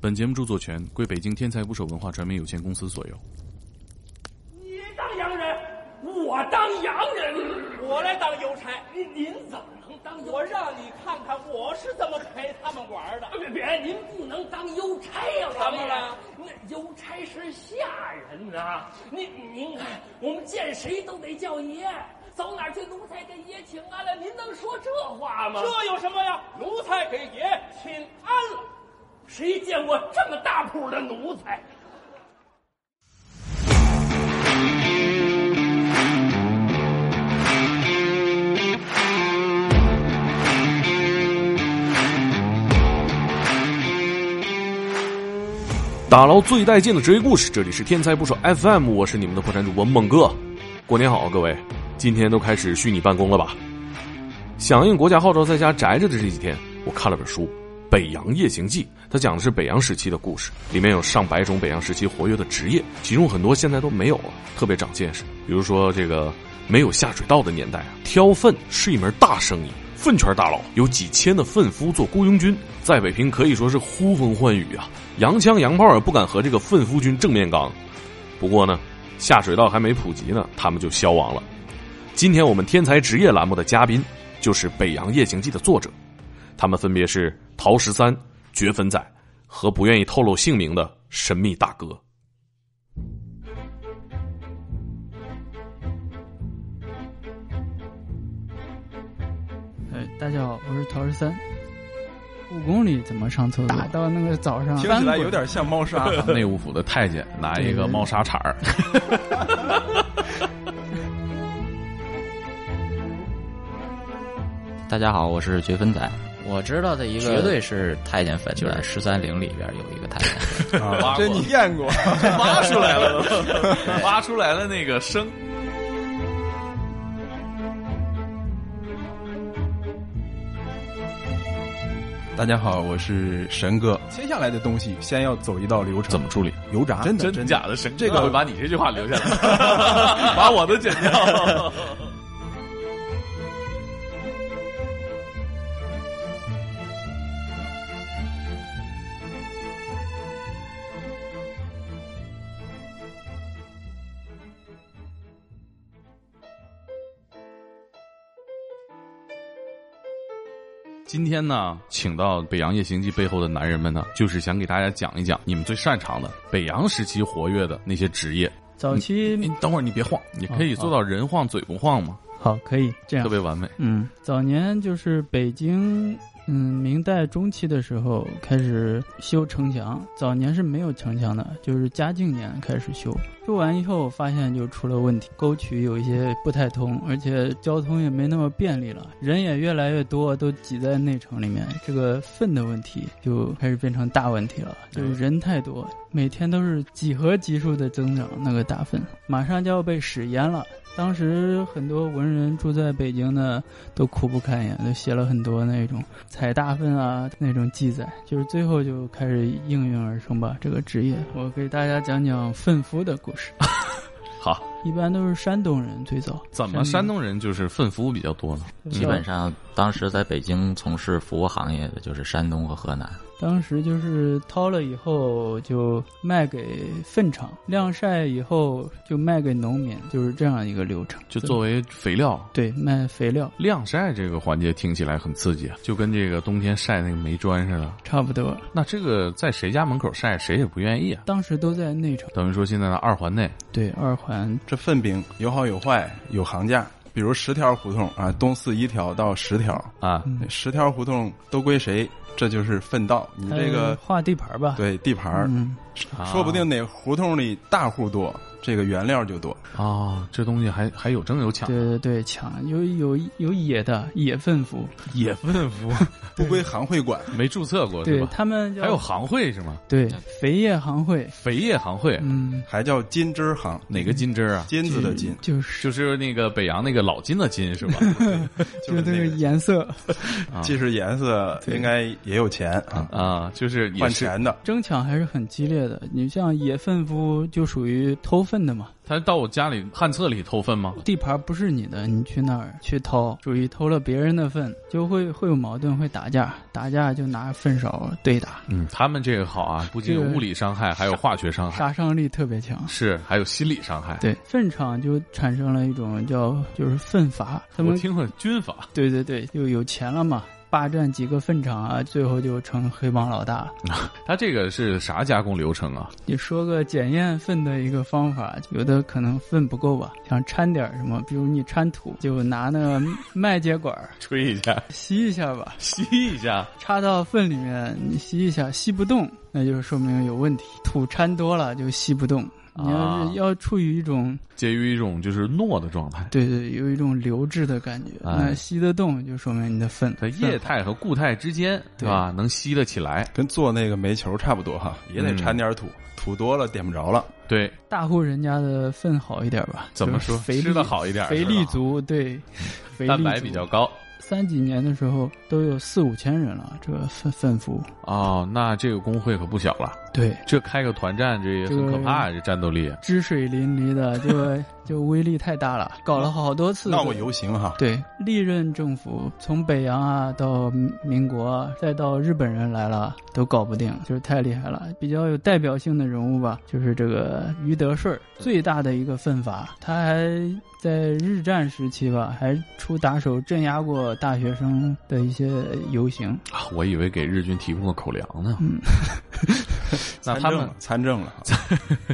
本节目著作权归北京天才捕手文化传媒有限公司所有。你当洋人，我当洋人，我来当邮差，您您怎么能当我邮差？让你看看我是怎么陪他们玩的。别别，您不能当邮差呀、怎么王爷了？那邮差是下人呐、您您看，我们见谁都得叫爷，走哪儿去奴才跟爷请安了。您能说这话吗？这有什么呀？奴才给爷请安了。谁见过这么大谱的奴才？打捞最带劲的职业故事，这里是天才捕手 FM，我是你们的破产主播猛哥。过年好，各位！今天都开始虚拟办公了吧？响应国家号召，在家宅着的这几天，我看了本书《北洋夜行记》，它讲的是北洋时期的故事，里面有上百种北洋时期活跃的职业，其中很多现在都没有了，特别长见识。比如说这个没有下水道的年代啊，挑粪是一门大生意。粪圈大佬有几千的粪夫做雇佣军，在北平可以说是呼风唤雨啊，洋枪洋炮也不敢和这个粪夫军正面刚。不过呢，下水道还没普及呢，他们就消亡了。今天我们天才职业栏目的嘉宾就是《北洋夜行记》的作者，他们分别是陶十三、掘坟仔和不愿意透露姓名的神秘大哥。哎，大家好，我是陶十三。故宫里怎么上厕所？打到那个早上，听起来有点像猫砂。内务府的太监拿一个猫砂铲儿，大家好，我是掘坟仔。我知道的一个绝对是太监坟，就就是是十三陵里边有一个太监 坟。 啊这你验过？挖出来了 都，挖出来了那个生。 大家好，我是神哥。接下来的东西先要走一道流程，怎么处理？油炸？真的啊真真假的神，这啊个会把你这句话留 下来，把我的剪掉。今天呢，请到《北洋夜行记》背后的男人们呢，就是想给大家讲一讲你们最擅长的北洋时期活跃的那些职业。早期嗯你等会儿你别晃，你可以做到人晃嘴不晃吗？好可以啊这特样。别完美。嗯，早年就是北京，嗯，明代中期的时候开始修城墙，早年是没有城墙的，就是嘉靖年开始修。修完以后发现就出了问题，沟渠有一些不太通，而且交通也没那么便利了，人也越来越多，都挤在内城里面，这个粪的问题就开始变成大问题了，就是人太多，每天都是几何级数的增长，那个大粪马上就要被屎淹了。当时很多文人住在北京的都苦不堪言，都写了很多那种采大粪啊那种记载，就是最后就开始应运而生吧这个职业。我给大家讲讲粪夫的故事， 好，一般都是山东人最早，怎么山东人就是粪服务比较多呢？基本上当时在北京从事服务行业的就是山东和河南。当时就是掏了以后就卖给粪场，晾晒以后就卖给农民，就是这样一个流程。就作为肥料。对卖肥料晾晒这个环节听起来很刺激，啊就跟这个冬天晒那个煤砖似的。差不多，那这个在谁家门口晒，谁也不愿意啊。当时都在内城，等于说现在的二环内，对二环这粪饼有好有坏，有行价。比如十条胡同啊，东四一条到十条，啊，嗯十条胡同都归谁？这就是粪道。你这呃个画地盘吧，，对地盘儿，嗯，说不定哪胡同里大户多，这个原料就多。啊、哦，这东西还还有争有抢，对对对，抢有有有野的野粪夫，也粪服 不归行会管，没注册过是对吧？他们叫还有行会是吗？对肥业行会，肥业行会、嗯，还叫金枝儿行，哪个金枝儿啊？金子的金，就是就是那个北洋那个老金的金 是吧？就是那那个个颜色，既是颜色，应该也有钱啊，啊，就是也换是钱的。争抢还是很激烈的。你像野粪夫就属于偷粪的嘛，他到我家里旱厕里偷粪嗯吗？地盘不是你的，你去那儿去掏，属于偷了别人的粪，就会会有矛盾，会打架，打架就拿粪勺对打，嗯，他们这个好啊，不仅有这个物理伤害，还有化学伤害，杀伤力特别强。是还有心理伤害。对，粪场就产生了一种叫就是粪阀，他我们听过军阀，对对对，就有钱了嘛，霸占几个粪场啊，最后就成黑帮老大。嗯他这个是啥加工流程啊？你说个检验粪的一个方法，有的可能粪不够吧，想掺点儿什么，比如你掺土，就拿那个麦秸管儿吹一下，吸一下吧， 吸一下，插到粪里面，你吸一下，吸不动，那就说明有问题。土掺多了就吸不动。你要啊是要处于一种介于一种就是糯的状态。对对，有一种流质的感觉，哎那吸得动就说明你的粪在液态和固态之间，对吧？能吸得起来。跟做那个煤球差不多哈，也得嗯掺点土，土多了点不着了。对，大户人家的粪好一点吧？怎么说就是肥力吃得好一点肥是吧嗯力足，对，肥力蛋白足比较。高。三几年的时候都有四五千人了，这个粪粪服，哦，那这个工会可不小了，对，这开个团战，这也很可怕，这战斗力。汁水淋漓的， 就就威力太大了，搞了好多次。闹过游行哈，对，历任政府从北洋啊到民国啊，再到日本人来了，都搞不定，就是太厉害了。比较有代表性的人物吧，就是这个于德顺儿，最大的一个奋法，他还在日战时期吧，还出打手镇压过大学生的一些游行。啊我以为给日军提供了口粮呢。嗯，那参他政们了，参政了，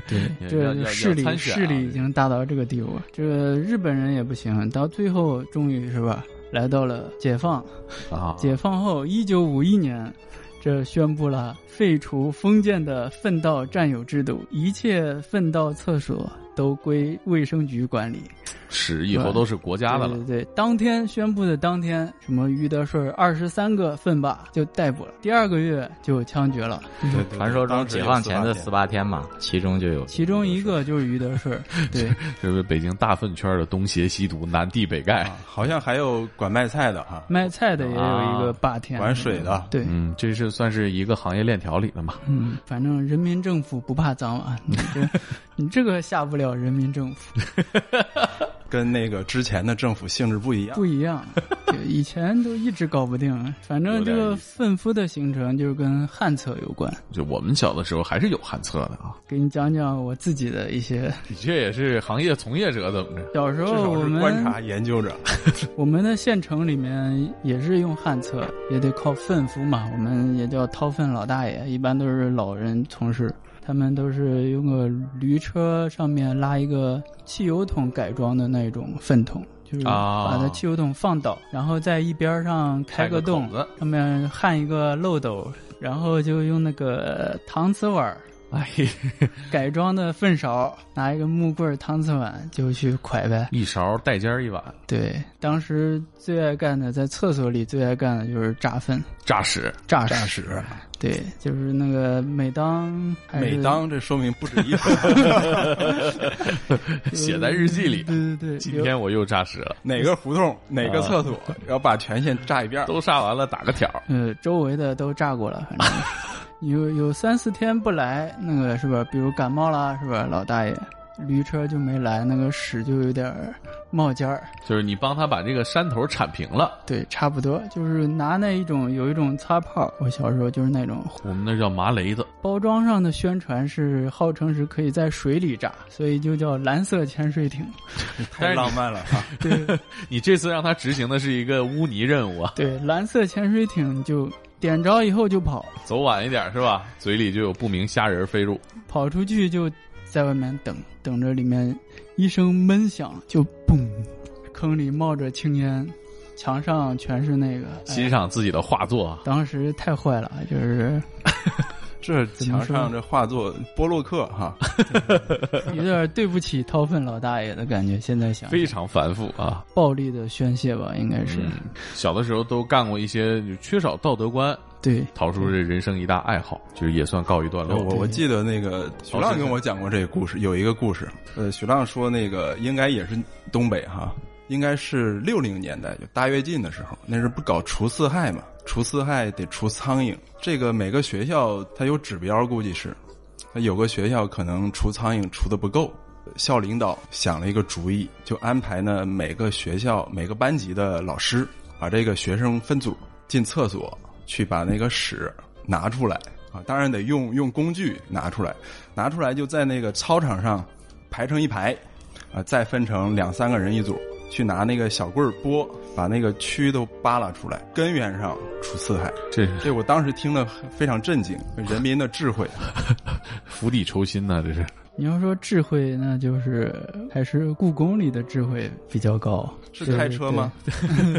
对 要这要个要势力参选啊势力已经大到这个地步，这个日本人也不行，到最后终于是吧，来到了解放。啊，解放后，一九五一年，这宣布了废除封建的粪道占有制度，一切粪道厕所都归卫生局管理。是以后都是国家的了对。对对，当天宣布的当天，什么于德顺二十三个粪霸就逮捕了，第二个月就枪决了，对对对传说中当时解有放司前法的典十八天嘛，其嗯中就有其中一个就是于德顺。 对，这是北京大粪圈的东邪西毒，南帝北丐。啊好像还有管卖菜的哈，卖菜的也有一个霸天，管啊水的对，嗯，这是算是一个行业链条里的嘛？嗯，反正人民政府不怕脏啊，你 这你这个下不了人民政府，跟那个之前的政府性质不一样不。一样。对以前都一直搞不定，反正这有点个意粪夫的形成就是跟旱厕有关。就我们小的时候还是有旱厕的啊。给你讲讲我自己的一些，你这也是行业从业者怎么着？小时至候少我是观察们研究者，我们的县城里面也是用旱厕，也得靠粪夫嘛，我们也叫掏粪老大爷，一般都是老人从事。他们都是用个驴车上面拉一个汽油桶改装的那种粪桶，就是啊把它汽油桶放倒，然后在一边上开个洞口，子，上面焊一个漏斗，然后就用那个搪瓷碗儿哎， 改装的粪勺，拿一个木棍儿、搪瓷碗就去蒯呗。一勺带尖儿一碗，对，当时最爱干的，在厕所里最爱干的就是炸粪、炸屎。 炸大屎。使，对，就是那个每当还是每当这说明不止一回，写在日记里对对对，今有天我又炸屎了，哪个胡同哪个厕所，然后把全县炸一遍儿。啊都炸完了，打个条儿。呃周围的都炸过了，反正 有有三四天不来，那个是吧？比如感冒啦，是吧？老大爷驴车就没来，那个屎就有点儿冒尖儿。就是你帮他把这个山头铲平了，对，差不多就是拿那一种有一种擦炮，我小时候就是那种我们那叫麻雷子。包装上的宣传是号称是可以在水里炸，所以就叫蓝色潜水艇。太浪漫了哈！对你这次让他执行的是一个污泥任务啊，对，蓝色潜水艇就点着以后就跑，走晚一点是吧？嘴里就有不明虾仁飞入。跑出去就在外面等，等着里面一声闷响，就嘣，坑里冒着青烟，墙上全是那个。欣哎赏自己的画作啊，当时太坏了，就是这么墙说上这画作波洛克哈，有点对不起掏粪老大爷的感觉。现在想想，非常繁复啊。暴力的宣泄吧，应该是、嗯，小的时候都干过一些缺少道德观，对。陶叔这人生一大爱好，就是也算告一段我落。我我记得那个许浪跟我讲过这个故事，有一个故事，呃，许浪说那个应该也是东北哈，应该是六零年代就大跃进的时候，那是不搞除四害嘛，除四害得除苍蝇，这个每个学校它有指标，估计是，它有个学校可能除苍蝇除的不够，校领导想了一个主意，就安排呢每个学校每个班级的老师把这个学生分组进厕所去把那个屎拿出来啊，当然得用用工具拿出来，拿出来就在那个操场上排成一排，啊，再分成两三个人一组去拿那个小棍儿拨，把那个蛆都扒拉出来，根源上除四害。这是这我当时听的非常震惊，人民的智慧。啊釜底抽薪呢、这是你要说智慧，那就是还是故宫里的智慧比较高。是开车吗对？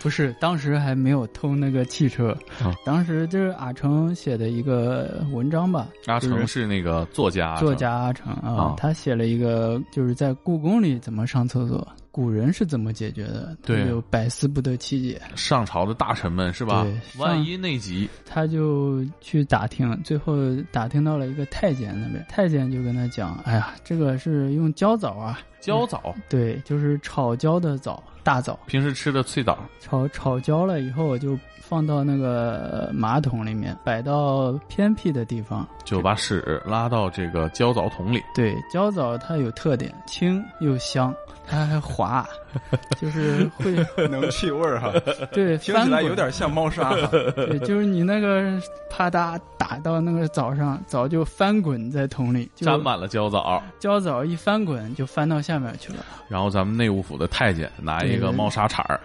不是，当时还没有偷那个汽车啊，当时就是阿成写的一个文章吧，阿就是成是那个作家，作家阿成啊啊，他写了一个就是在故宫里怎么上厕所，古人是怎么解决的，对有百思不得其解。上朝的大臣们是吧对？万上一内急，他就去打听，最后打听到了一个太监那边，太监就跟他讲：“哎呀，这个是用焦枣啊，焦枣，对，就是炒焦的枣，大枣平时吃的脆枣，炒炒焦了以后就放到那个呃马桶里面，摆到偏僻的地方。就把屎拉到这个焦枣桶里。对，焦枣它有特点，轻又香，哎它还滑，就是 会能去味儿哈，对 听翻起来滚有点像猫砂哈。 对，就是你那个啪嗒打到那个枣上，枣就翻滚在桶里，就沾满了焦枣，焦枣一翻滚就翻到下面去了。然后咱们内务府的太监拿一对个对猫砂铲 儿。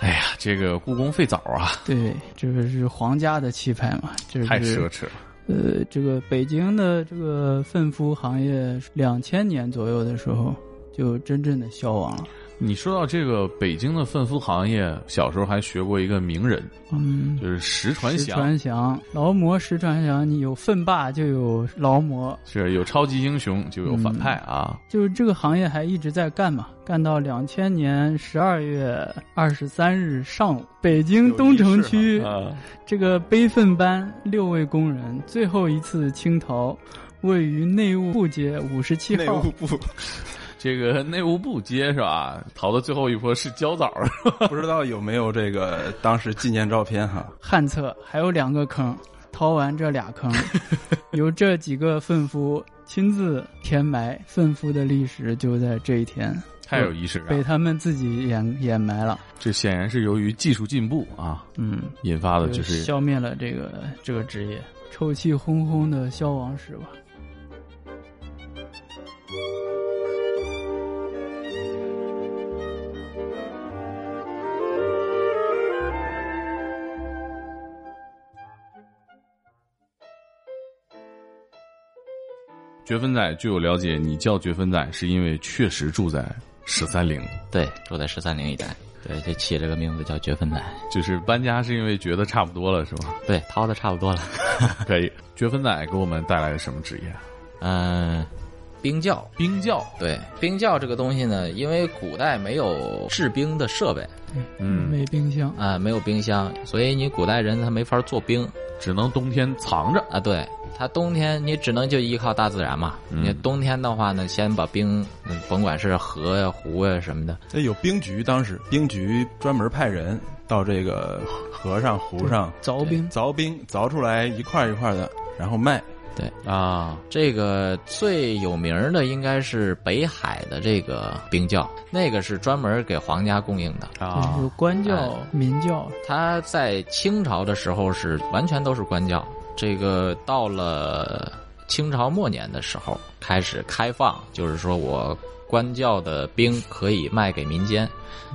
哎呀，这个故宫废枣啊，对，这个是皇家的气派嘛，这太奢是侈了。呃，这个北京的这个粪夫行业，两千年左右的时候就真正的消亡了。你说到这个北京的粪夫行业，小时候还学过一个名人，嗯，就是石传石祥，传祥、劳模、石传祥，你有粪霸就有劳模，是有超级英雄就有反派啊。就是这个行业还一直在干嘛，干到两千年十二月二十三日上午，北京东城区啊，这个悲愤班六位工人最后一次清逃，位于内务部街五十七内号务。部这个内务部街是吧？逃的最后一波是焦枣儿，不知道有没有这个当时纪念照片哈？旱厕，还有两个坑，掏完这俩坑，由这几个粪夫亲自填埋，粪夫的历史就在这一天太有仪式感被了。他们自己掩掩埋了。这显然是由于技术进步啊嗯。引发的，就就是消灭了这个这个职业，臭气烘烘的消亡史吧。绝分仔。据我了解，你叫绝分仔是因为确实住在十三陵，对，住在十三陵一带。对，就起了个名字叫绝粪仔。就是搬家是因为觉得差不多了，是吧？ 对，掏的差不多了。 可以。绝分仔给我们带来什么职业？嗯、冰窖。冰窖。对，冰窖这个东西呢，因为古代没有制冰的设备嗯没冰箱，啊、没有冰箱，所以你古代人他没法做冰只能冬天藏着。啊。对，他冬天你只能就依靠大自然嘛。嗯你冬天的话呢，先把冰，嗯甭管是河呀、湖呀什么的，这哎有冰局，当时冰局专门派人到这个河上、湖上凿冰。凿冰，凿出来一块一块的，然后卖。啊，这个最有名儿的应该是北海的这个冰窖，那个是专门给皇家供应的。啊就是有官教、民教，它在清朝的时候是完全都是官教，这个到了清朝末年的时候开始开放，就是说我官教的兵可以卖给民间，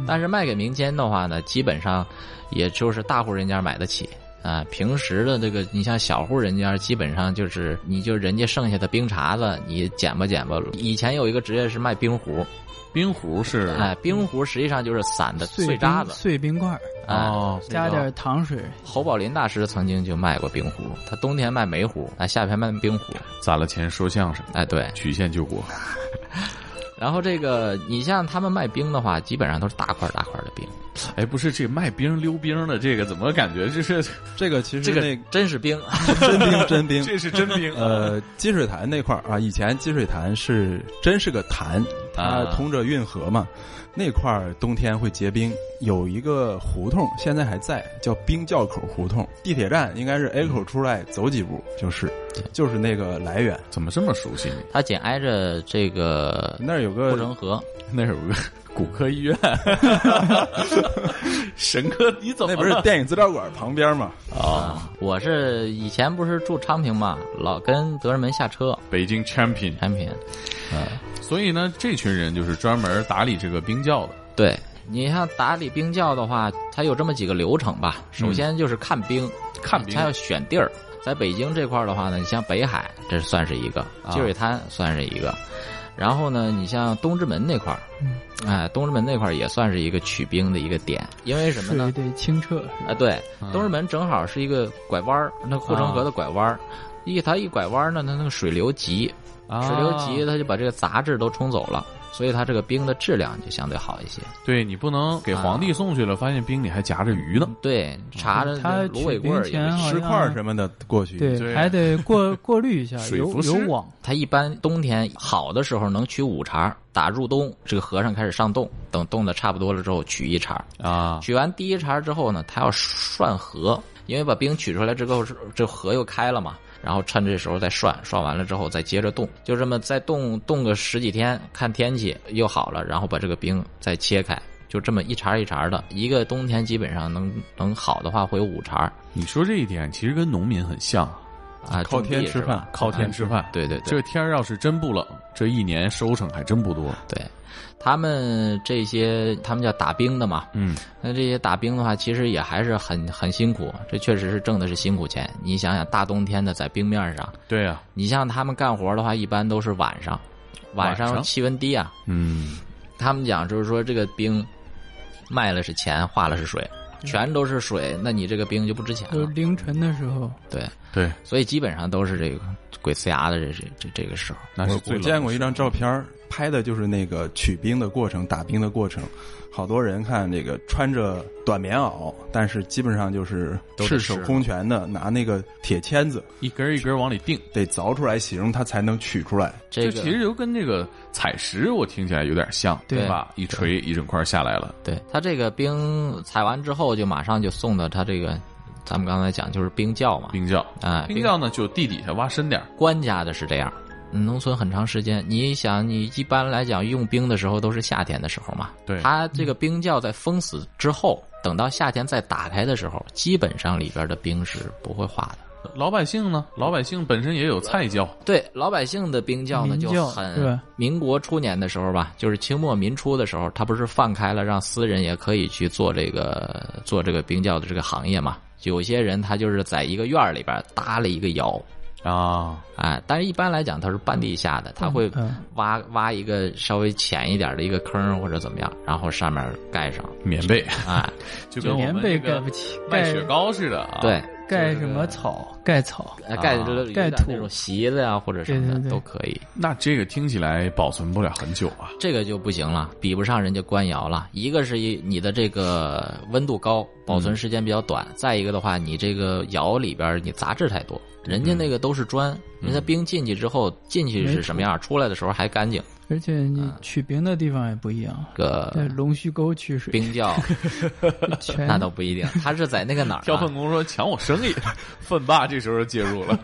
但是卖给民间的话呢，基本上也就是大户人家买得起。啊，平时的这个，你像小户人家，基本上就是你就人家剩下的冰碴子，你捡吧捡吧。以前有一个职业是卖冰壶，冰壶是哎，冰壶实际上就是散的碎碎渣冰子，碎冰块儿，哎哦，加点糖水，侯宝林大师曾经就卖过冰壶，他冬天卖煤壶，啊，夏天卖冰壶。攒了钱说相声，哎，对，曲线救国。然后这个你像他们卖冰的话，基本上都是大块儿大块儿的冰，哎，不是这卖冰溜冰的这个，怎么感觉这是这个其实这个那真是冰，真 冰真冰，这是真 冰？呃，积水潭那块儿啊，以前积水潭是真是个潭，它啊通着运河嘛，那块儿冬天会结冰。有一个胡同现在还在，叫冰窖口胡同，地铁站应该是 A 嗯口出来走几步就是，就是那个来源。怎么这么熟悉呢？它紧挨着这个那儿有护个城河，那有个呃骨科医院， 神科，你怎么那不是电影资料馆旁边嘛？啊，我是以前不是住昌平嘛，老跟德胜门下车，北京 champion？产品。所以呢，这群人就是专门打理这个冰窖的。对你像打理冰窖的话，它有这么几个流程吧。首先就是看冰，看冰它要选地儿。在北京这块儿的话呢，你像北海，这算是一个；啊积水滩算是一个。然后呢，你像东直门那块儿，嗯哎，东直门那块儿也算是一个取冰的一个点，因为什么呢水？得清澈，啊，对，嗯东直门正好是一个拐弯儿，那护城啊河的拐弯儿，一它一拐弯儿呢，它那个水流急，啊水流急，它就把这个杂质都冲走了，所以它这个冰的质量就相对好一些。对你不能给皇帝送去了，发现冰里还夹着鱼呢。嗯嗯对，查着它 那芦苇取冰棍儿也前是，好石像块儿什么的过去，对，还得过过滤一下，水有浮有尸网，它一般冬天好的时候能取五茬，打入冬，这个和尚开始上冻，等冻的差不多了之后取一茬，啊，取完第一茬之后呢，它要涮河，因为把冰取出来之后，这河又开了嘛，然后趁这时候再涮，涮完了之后再接着冻，就这么再冻冻个十几天，看天气又好了，然后把这个冰再切开，就这么一茬一茬的，一个冬天基本上能能好的话会有五茬你说这一点其实跟农民很像，啊，靠天种地吃是吧啊饭，靠天吃饭。对对对，这天儿要是真不冷，这一年收成还真不多。对，他们这些他们叫打兵的嘛，嗯，那这些打兵的话，其实也还是很很辛苦，这确实是挣的是辛苦钱。你想想，大冬天的在冰面上，对啊呀，你像他们干活的话，一般都是晚上，晚晚上上气温低啊。嗯，他们讲就是说，这个冰卖了是钱，化了是水，嗯全都是水，那你这个冰就不值钱就是了。凌晨的时候，对，对，所以基本上都是这个鬼呲牙的这这这这个时候。那啊是我最我冷的见过一张照片儿，拍的就是那个取冰的过程、打冰的过程。好多人看这个穿着短棉袄，但是基本上就是都赤得手是空拳的，拿那个铁签子一根儿一根儿往里定。得凿出来形，它才能取出来。这个其实就跟那个采石，我听起来有点像，对吧？一锤一整块儿下来了，对他这个冰采完之后，就马上就送到他这个，咱们刚才讲就是冰窖嘛，冰窖。啊，冰窖呢，就地底下挖深点儿官家的是这样。嗯农村很长时间，你想，你一般来讲用冰的时候都是夏天的时候嘛。对它这个冰窖在封死之后，等到夏天再打开的时候，基本上里边的冰是不会化的。老百姓呢，老百姓本身也有菜窖，对，老百姓的冰窖呢民就窖是很吧，民国初年的时候吧，就是清末民初的时候，它不是放开了让私人也可以去做这个做这个冰窖的这个行业嘛？有些人他就是在一个院儿里边搭了一个窑，啊，啊，但是一般来讲，它是半地下的，它会嗯挖挖一个稍微浅一点的一个坑或者怎么样，然后上面盖上棉被啊， 就跟我就棉们被那盖个不起，卖盖雪糕似的嗯啊。对，盖什么草，盖草，呃盖的盖土那种席子呀、或者什么对对的对都可以，那这个听起来保存不了很久啊。这个就不行了，比不上人家官窑了。一个是一你的这个温度高，保存时间比较短；再一个的话，你这个窑里边你杂质太多，人家那个都是砖，嗯人家冰进去之后进去是什么样，出来的时候还干净。而且你嗯取冰的地方也不一样，这个在龙须沟取水，冰窖。全那倒不 一定，他是在那个哪儿、挑啊粪？工说抢我生意， 粪霸这时候介入 了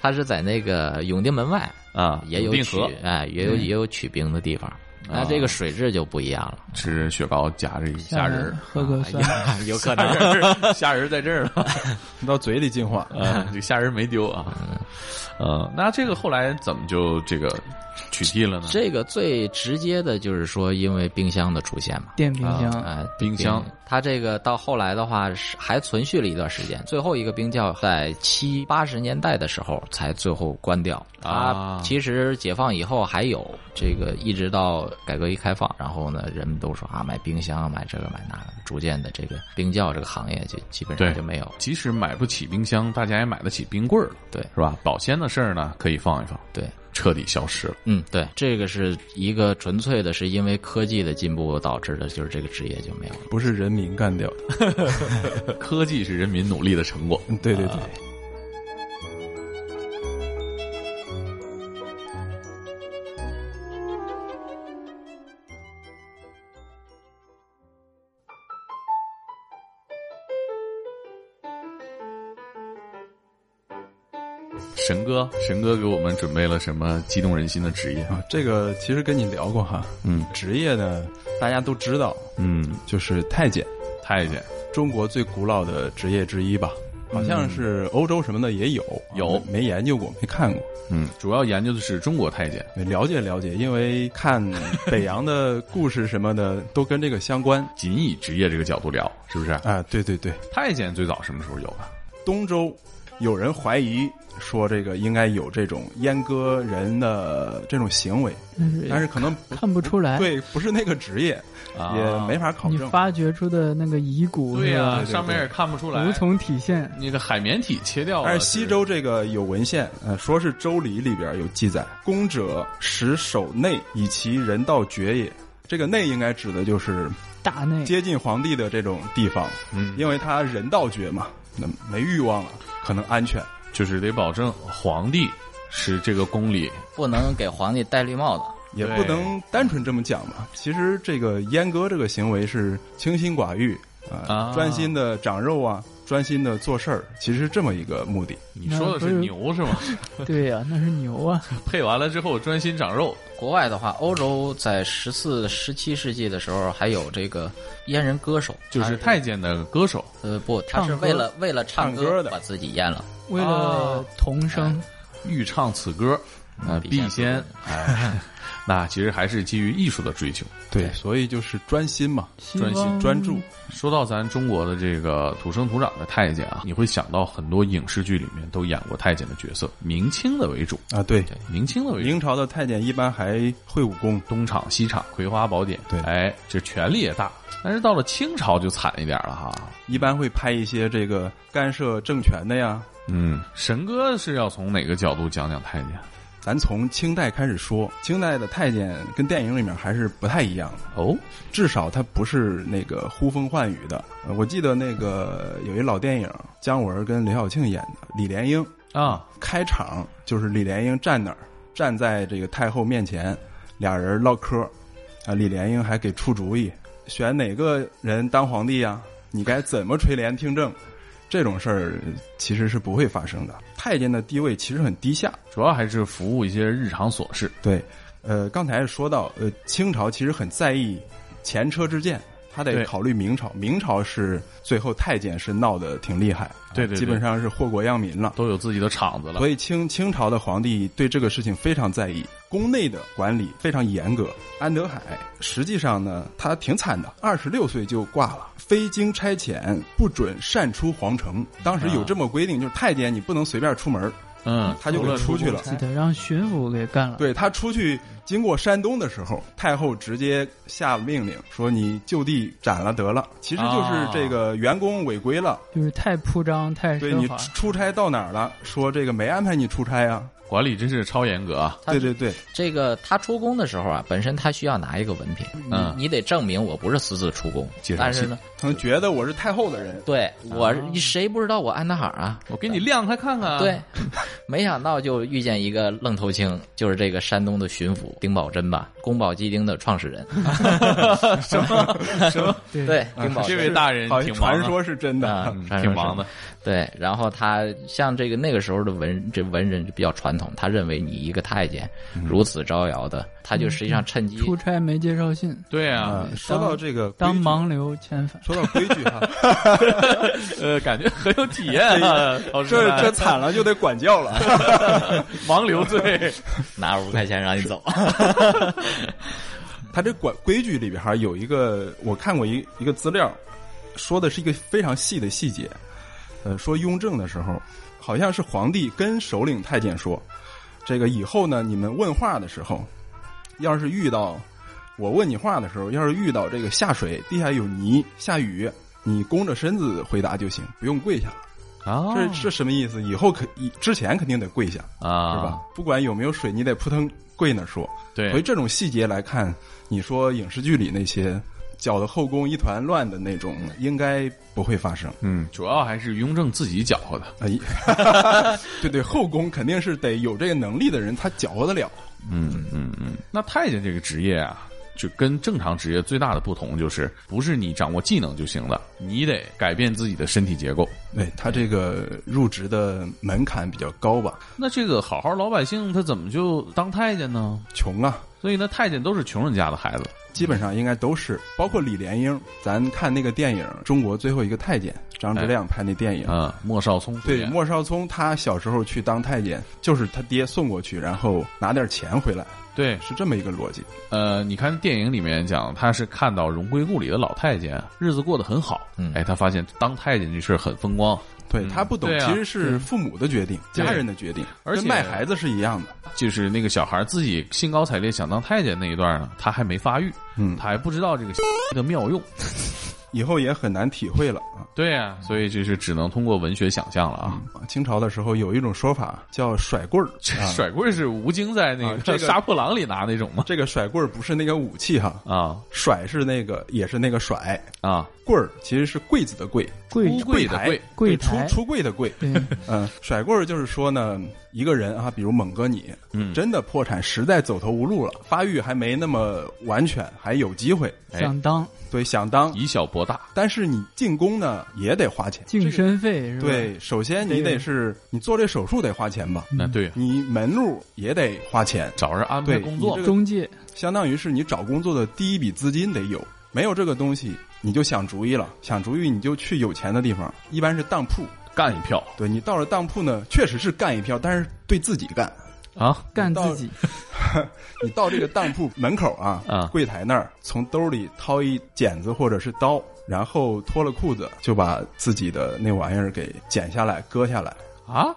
他是在那个永定门外，啊，也有定取河哎，也有也有取冰的地方。啊那这个水质就不一样了，啊吃雪糕夹着一虾下仁来儿，啊哎喝个酸奶， 有可 能。虾仁儿在这儿了，到嘴里 进化，啊，这虾仁儿没丢啊。呃，那这个后来怎么就这个取缔了呢？这个最直接的就是说，因为冰箱的出现嘛，电冰箱，啊，冰箱，它这个到后来的话是还存续了一段时间，最后一个冰窖在七八十年代的时候才最后关掉。啊它其实解放以后还有这个，一直到改革一开放，然后呢，人们都说啊，买冰箱，买这个买那个，逐渐的这个冰窖这个行业就基本上对就没有了。即使买不起冰箱，大家也买得起冰棍儿了，对是吧？保鲜的事儿呢，可以放一放。对，彻底消失了。嗯，对，这个是一个纯粹的是因为科技的进步导致的，就是这个职业就没有了。不是人民干掉的。科技是人民努力的成果。嗯对对啊对，神哥，神哥给我们准备了什么激动人心的职 业？啊，这个其实跟你聊过哈。嗯职业呢，大家都知道，嗯，就是太监，太监中国最古老的职业之一吧。好像是欧洲什么的也有，嗯有啊没研究过，没看过，嗯，主要研究的是中国太监。了解了解，因为看北洋的故事什么的都跟这个相关仅以职业这个角度聊，是不是？啊。对对对，太监最早什么时候有啊？东周有人怀疑说这个应该有这种阉割人的这种行为，但是可能不看不出来。，对，不是那个职业，啊也没法考你证。发掘出的那个遗骨，对呀、对对上面也看不出是来吧无。从体现。那个海绵体切掉了，但是西周这个有文献，呃，说是《周礼》里边有记载，公者使守内，以其人道绝也。这个内应该指的就是大内接近皇帝的这种地方，嗯因为他人道绝嘛，那没欲望了，可能安全。就是得保证皇帝是这个宫里不能给皇帝戴绿帽子。也对不能单纯这么讲嘛。其实这个阉割这个行为是清心寡欲啊、呃啊专心的长肉啊，专心的做事儿，其实是这么一个目的。你说的是牛是吗？ 对呀、那是牛啊！配完了之后专心长肉，国外的话，欧洲在十四、十七世纪的时候，还有这个阉人歌手，就是他太监的歌手。呃不，他唱是歌为了为了唱唱歌的把自己阉了。为了哎童声，欲唱此歌，嗯呃，必必先先哎， 那其实还是基于艺术的追求。对，所以就是专心嘛，希专心望专注。说到咱中国的这个土生土长的太监啊，你会想到很多影视剧里面都演过太监的角色，明清的为主，啊。对，对明清的为主，明朝的太监一般还会武功，东厂西厂、葵花宝典，对哎，这权力也大。但是到了清朝就惨一点了哈，一般会拍一些这个干涉政权的呀。嗯，神哥是要从哪个角度讲讲太监？咱从清代开始说，清代的太监跟电影里面还是不太一样的。哦，至少他不是那个呼风唤雨的。呃我记得那个有一老电影，姜文跟刘晓庆演的《李莲英》，啊，开场就是李莲英站那儿，站在这个太后面前，俩人唠嗑儿，啊，李莲英还给出主意，选哪个人当皇帝呀、你该怎么垂帘听政？这种事儿其实是不会发生的。太监的地位其实很低下，主要还是服务一些日常琐事。对，呃，刚才说到，呃，清朝其实很在意前车之鉴，他对得考虑明朝。明朝是最后太监是闹得挺厉害，对对对基本上是祸国殃民了。都有自己的场子了所，以清清朝的皇帝对这个事情非常在意，宫内的管理非常严格。安德海实际上呢，他挺惨的，二十六岁就挂了，非经差遣不准擅出皇城。当时啊有这么规定，就是太监你不能随便出门儿，嗯，他就除给了出去了。记得让巡抚给干了。对他出去经过山东的时候，太后直接下了命令，说你就地斩了得了。其实就是这个员工违规了，就是太铺张、太对你奢华，出差到哪儿了，说这个没安排你出差啊。管理真是超严格啊！他对对对，这个他出宫的时候啊，本身他需要拿一个文凭，嗯你你得证明我不是私自出宫介。绍但是信呢，可能觉得我是太后的人，对我谁不知道我安达海啊？我给你亮开看啊看。对，，没想到就遇见一个愣头青，就是这个山东的巡抚丁宝桢吧，宫保鸡丁的创始人。什么什么？对 对，丁宝这桢。位大人啊好像挺忙传的说是真的。啊嗯传说挺是忙的。对，然后他像这个那个时候的文这文人就比较传统，他认为你一个太监如此招摇的，他就实际上嗯趁机出差没介绍信，对啊啊，，说到这个规当矩，盲流遣返。说到规 矩哈，呃，感觉很有体验 啊，老师这这惨了就得管教了。盲流 罪，拿五块钱让你走。他这管规矩里边还有一个，我看过一一个资料，说的是一个非常细的细节。呃，说雍正的时候，好像是皇帝跟首领太监说，这个以后呢，你们问话的时候，要是遇到我问你话的时候，要是遇到这个下水，地下有泥，下雨，你弓着身子回答就行，不用跪下了。啊，这这什么意思？以后可以之前肯定得跪下，啊，是吧？？不管有没有水，你得扑腾跪那儿说。所以对，这种细节来看，你说影视剧里那些搅得后宫一团乱的那种，应该不会发生。嗯，主要还是雍正自己搅和的。 哎， 对对，后宫肯定是得有这个能力的人，他搅和得了。嗯嗯嗯。那太监这个职业啊，就跟正常职业最大的不同就是，不是你掌握技能就行了，你得改变自己的身体结构。对他这个入职的门槛比较高吧，那这个好好老百姓他怎么就当太监呢？穷啊，所以那太监都是穷人家的孩子。基本上应该都是，包括李莲英。咱看那个电影《中国最后一个太监》，张之亮拍那电影，哎啊，莫少聪主对，演莫少聪他小时候去当太监，就是他爹送过去，然后拿点钱回来，对，是这么一个逻辑。呃，你看电影里面讲，他是看到荣归故里的老太监日子过得很好，嗯哎，他发现当太监这事儿很风光，对嗯他不懂对，啊其实是父母的决定，对家人的决定，而且跟卖孩子是一样的。就是那个小孩自己兴高采烈想当太监那一段呢，他还没发育，嗯他还不知道这个 的妙用，以后也很难体会了啊。嗯对啊，所以就是只能通过文学想象了啊。清朝的时候有一种说法叫 甩棍儿，这啊甩棍是吴京在那啊这个个杀破狼里拿那种吗？这个甩棍儿不是那个武器哈，啊甩是那个也是那个甩，啊，棍儿其实是柜子的柜，柜出柜的台柜柜对出台出柜 的柜。哎对，嗯，甩棍儿就是说呢，一个人啊，比如猛哥你，嗯真的破产，实在走投无路了，发育还没那么完全，还有机会，哎想当对，想当，以小博大，但是你进宫呢也得花钱，净这个身费是吧？对，首先你得是你做这手术得花钱吧，那对啊，你门路也得花钱，找人安排对工作你这个中介相当于是你找工作的第一笔资金得有，没有这个东西你就想主意了，想主意你就去有钱的地方，一般是当铺。干一票对你到了当铺呢，确实是干一票，但是对自己干。啊，干到自 己，你到这个当铺门口啊，啊柜台那儿，从兜里掏一剪子或者是刀，然后脱了裤子就把自己的那玩意儿给剪下来、割下来，啊，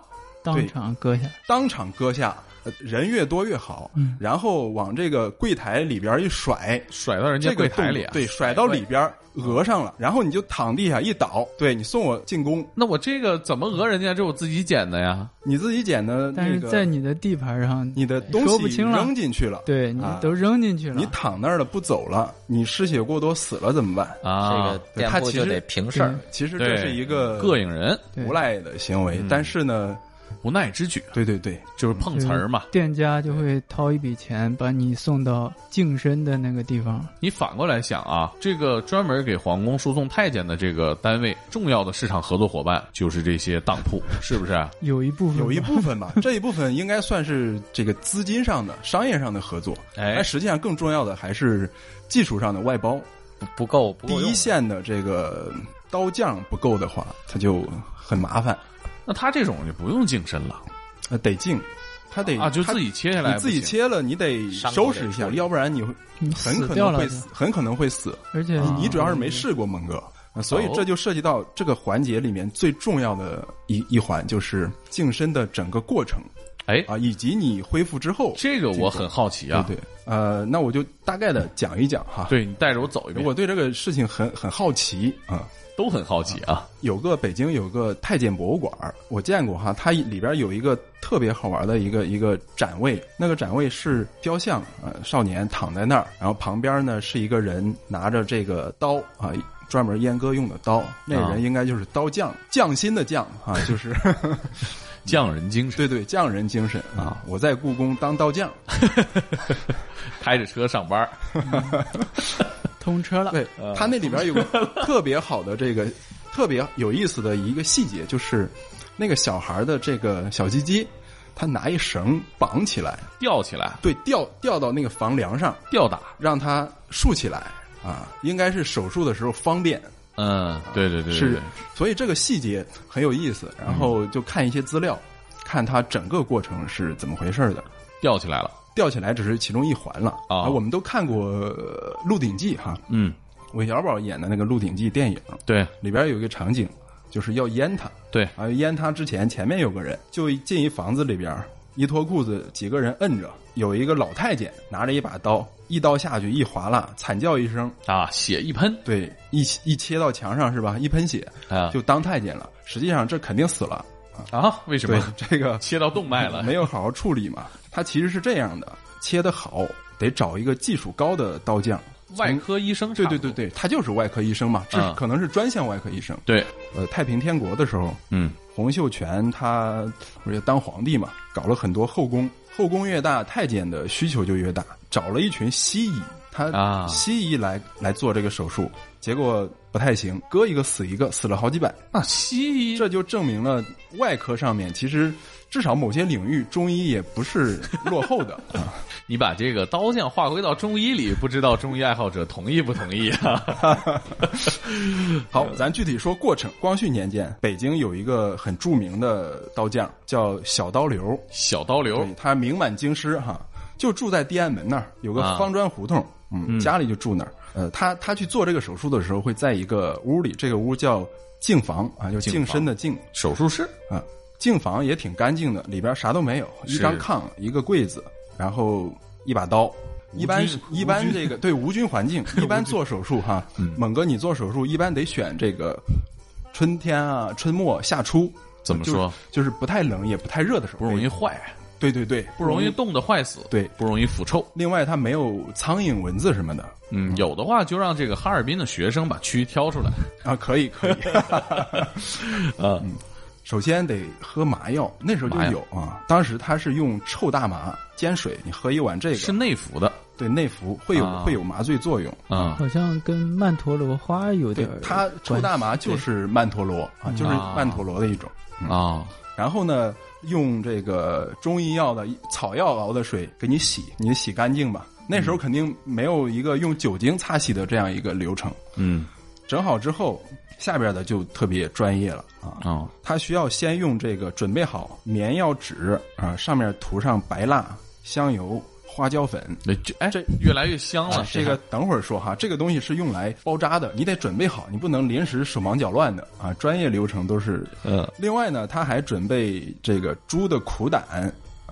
当对场割下。当场割下。呃人越多越好，嗯然后往这个柜台里边一甩，甩到人家这个柜台里动啊作对，甩到里边儿讹上嗯了，然后你就躺地下一倒，对你送我进宫，那我这个怎么讹人家？这我自己捡的呀。你自己捡的但那是在个，你的地盘上，你的东说不西清了扔进去了，对你啊都扔进去了，你躺那儿了不走了，你失血过多死了怎么办？这啊个，店他铺其就实嗯得平事儿。其实对这是一个膈应人、对嗯无赖的行为，但是呢，无奈之举，对对对，就是碰瓷儿嘛。店家就会掏一笔钱把你送到净身的那个地方。你反过来想啊，这个专门给皇宫输送太监的这个单位，重要的市场合作伙伴就是这些当铺，是啊不是？有一部分吧有一部分吧，这一部分应该算是这个资金上的、商业上的合作，哎但实际上更重要的还是技术上的外包。不不够，不第够用一线的这个刀匠不够的话，他就很麻烦，那他这种就不用净身了呃，得进，他得啊，就他自己切下来，你自己不行。切了，你得伤口收得拾一处下，理要不然你会你很死可掉能了会就，死，很可能会死。而且啊你你主要是没试过猛哥，呃所以啊哦这就涉及到这个环节里面最重要的一一环，就是净身的整个过程哎，啊，以及你恢复之后。这个我很好奇对啊。对，呃，那我就大概的讲一讲哈。，对你带着我走一遍，我对这个事情很很好奇啊。都很好奇啊。有个北京有个太监博物馆儿，我见过哈，它里边有一个特别好玩的一个一个展位，那个展位是雕像，呃，少年躺在那儿，然后旁边呢是一个人拿着这个刀啊。专门阉割用的刀，那啊人应该就是刀匠，匠心的匠啊，就是匠人精神，对对匠人精神啊！我在故宫当刀匠，开着车上班儿，通车了，对，呃它那里边有个特别好的这个特别有意思的一个细节，就是那个小孩的这个小鸡鸡，他拿一绳绑起来，吊起来，对，吊吊到那个房梁上，吊打。让它竖起来啊，应该是手术的时候方便。嗯，对对对对是对，所以这个细节很有意思，然后就看一些资料，看它整个过程是怎么回事的。吊起来了。吊起来只是其中一环了啊我们都看过呃《鹿鼎记》哈，嗯，韦小宝演的那个《鹿鼎记》电影，对里边有一个场景，就是要阉他对，啊，阉他之前前面有个人，就进一房子里边，一脱裤子，几个人摁着，有一个老太监拿着一把刀，一刀下去一划拉，惨叫一声，啊，血一喷对，一一切到墙上是吧？一喷血啊就当太监了。实际上这肯定死了，啊，为什对 么这个哎切到动脉了？没有好好处理嘛。 他其实是这样的，切的好得找一个技术高的刀匠，外科医生对差不对多对对，他就是外科医生嘛，这是嗯可能是专项外科医生。对，呃，太平天国的时候，嗯洪秀全他而且当皇帝嘛，搞了很多后宫，后宫越大，太监的需求就越大，找了一群西医，啊他西医来、来做这个手术，结果不太行，割一个死一个，死了好几百。那西医这就证明了外科上面其实至少某些领域中医也不是落后的。啊你把这个刀匠划归到中医里，不知道中医爱好者同意不同意 啊？好，咱具体说过程。光绪年间，北京有一个很著名的刀匠叫小刀刘，小刀流对，他名满京师哈，就住在地安门那儿，有个啊方砖胡同，嗯，家里就住那儿。呃，他他去做这个手术的时候，会在一个屋里，这个屋叫净房啊，就净身的净手术室啊，净房也挺干净的，里边啥都没有，一是张炕，一个柜子，然后一把刀。一般是一般这个对无菌 环境，一般做手术哈，嗯猛哥你做手术一般得选这个春天啊、春末夏初，怎么就是说就是不太冷也不太热的时候，不容易坏，啊对对对，不容易冻得坏死，嗯对不容易腐臭。另外，它没有苍蝇、蚊子什么的嗯，有的话就让这个哈尔滨的学生把蛆挑出来。啊，可以可以。 啊首先得喝麻药，那时候就麻药有啊。当时它是用臭大麻煎水，你喝一碗这是个，内服的对内服会有啊会有麻醉作用。啊好像跟曼陀罗花有对点儿，它臭关大系麻就是曼陀罗啊，就是曼陀罗的一种。啊然后呢，用这个中医药的草药熬的水给你洗，你洗干净吧。那时候肯定没有一个用酒精擦洗的这样一个流程。嗯整好之后，下边的就特别专业了啊。啊它需要先用这个准备好棉药纸啊，上面涂上白蜡、香油、花椒粉。那就哎，这越来越香了啊。这个等会儿说哈，这个东西是用来包扎的，你得准备好，你不能临时手忙脚乱的啊。专业流程都是。嗯另外呢，他还准备这个猪的苦胆，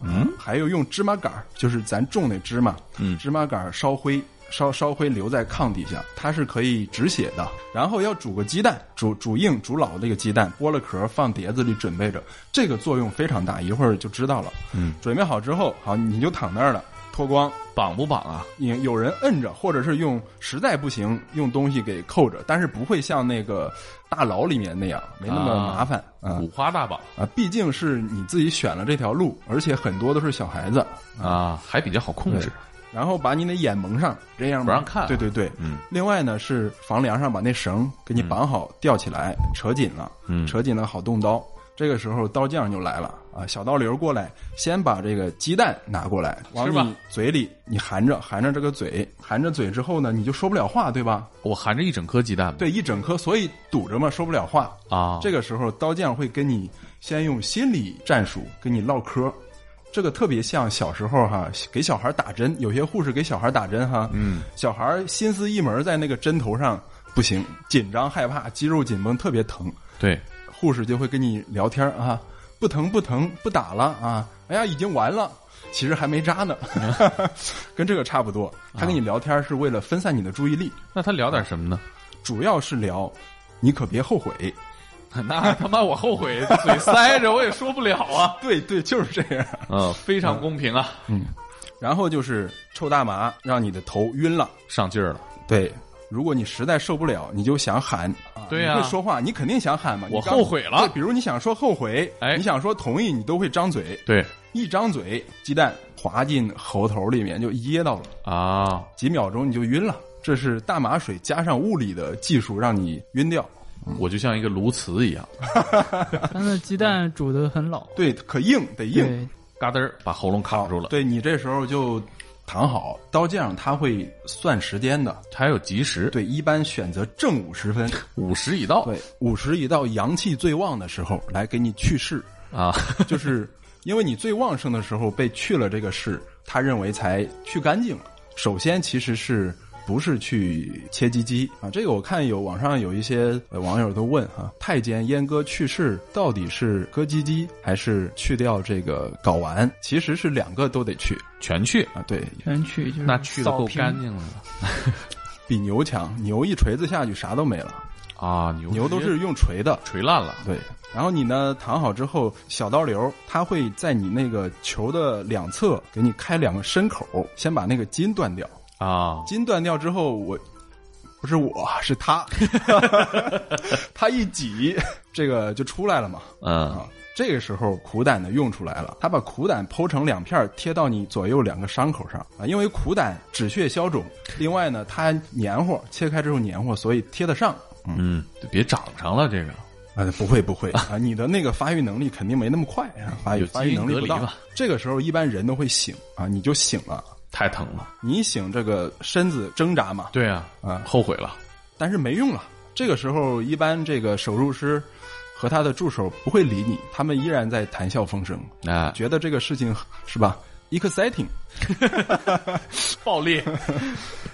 嗯，还有用芝麻杆儿，就是咱种那芝麻，嗯芝麻杆儿烧灰，烧烧灰留在炕底下，它是可以止血的。然后要煮个鸡蛋，煮煮硬煮老这个鸡蛋，剥了壳放碟子里准备着，这个作用非常大，一会儿就知道了。嗯，准备好之后，好你就躺那儿了，脱光，绑不绑啊？你有人摁着，或者是用实在不行用东西给扣着，但是不会像那个大牢里面那样没那么麻烦啊五花大绑啊！毕竟是你自己选了这条路，而且很多都是小孩子，啊，还比较好控制嗯对。嗯然后把你的眼蒙上，这样吧不让看对对对，嗯。另外呢，是房梁上把那绳给你绑好，吊起来，扯紧了，嗯扯紧了好动刀。这个时候刀匠就来了啊，小刀流过来，先把这个鸡蛋拿过来，往吃吧你嘴里，你含着含着这个嘴，含着嘴之后呢，你就说不了话，对吧？我含着一整颗鸡蛋对，一整颗，所以堵着嘛，说不了话。啊，这个时候，刀匠会跟你先用心理战术跟你唠嗑，这个特别像小时候哈，给小孩打针，有些护士给小孩打针哈，嗯，小孩心思一门在那个针头上，不行，紧张害怕，肌肉紧绷，特别疼，对护士就会跟你聊天啊，不疼不疼，不打了啊，哎呀，已经完了。其实还没扎 呢，跟这个差不多。他跟你聊天是为了分散你的注意力，那他聊点什么呢？主要是聊你可别后悔。嗯 那他妈我后悔，嘴塞着我也说不了啊。对对，就是这样。嗯，非常公平啊，然后就是臭大麻，让你的头晕了。上劲儿了。对，如果你实在受不了，你就想喊。对呀、呀啊你会说话，你肯定想喊嘛。我你刚后悔了对比如你想说后悔，哎你想说同意，你都会张嘴。对一张嘴，鸡蛋滑进喉头里面就噎到了，啊，几秒钟你就晕了。这是大麻水加上物理的技术让你晕掉。我就像一个鸬鹚一样，它那鸡蛋煮的很 老，对，可硬得硬。对，嘎噔儿把喉咙卡住了。对你这时候就躺好，刀匠他会算时间的。还有及时，对，一般选择正午时分。五十已到对，午时一到，阳气最旺的时候来给你去世， 啊，就是因为你最旺盛的时候被去了这个世，他认为才去干净了。首先其实是不是去切鸡鸡啊。这个我看有网上有一些呃网友都问哈、太监阉割去世到底是割鸡鸡还是去掉这个睾丸？其实是两个都得去全去，啊，对，全去就是那去的扫够平干净了比牛强，牛一锤子下去啥都没了，啊！牛牛都直接是用锤的，锤烂了，对，然后你呢躺好之后，小刀流它会在你那个球的两侧给你开两个深口，先把那个筋断掉。啊筋断掉之后，我不是我是他， 他一挤，这个就出来了嘛。嗯啊，这个时候苦胆的用出来了，他把苦胆剖成两片儿，贴到你左右两个伤口上啊，因为苦胆止血消肿，另外呢它黏糊，切开之后黏糊，所以贴得上。嗯，别长上了这个啊，不会不会啊，你的那个发育能力肯定没那么快啊，发育有基因发育能力不隔离到吧。这个时候一般人都会醒啊，你就醒了，太疼了，你一醒这个身子挣扎嘛，对啊，啊后悔了，但是没用了。这个时候一般这个手术师和他的助手不会理你，他们依然在谈笑风生，哎，觉得这个事情是吧？exciting。暴力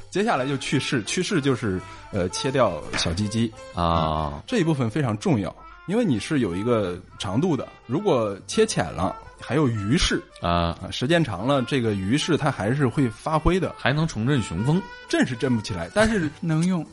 接下来就去世，去世就是呃切掉小鸡鸡，啊，这一部分非常重要，因为你是有一个长度的，如果切浅了，还有余势啊，啊，时间长了，这个余势它还是会发挥的，还能重振雄风，振是振不起来，但是能用，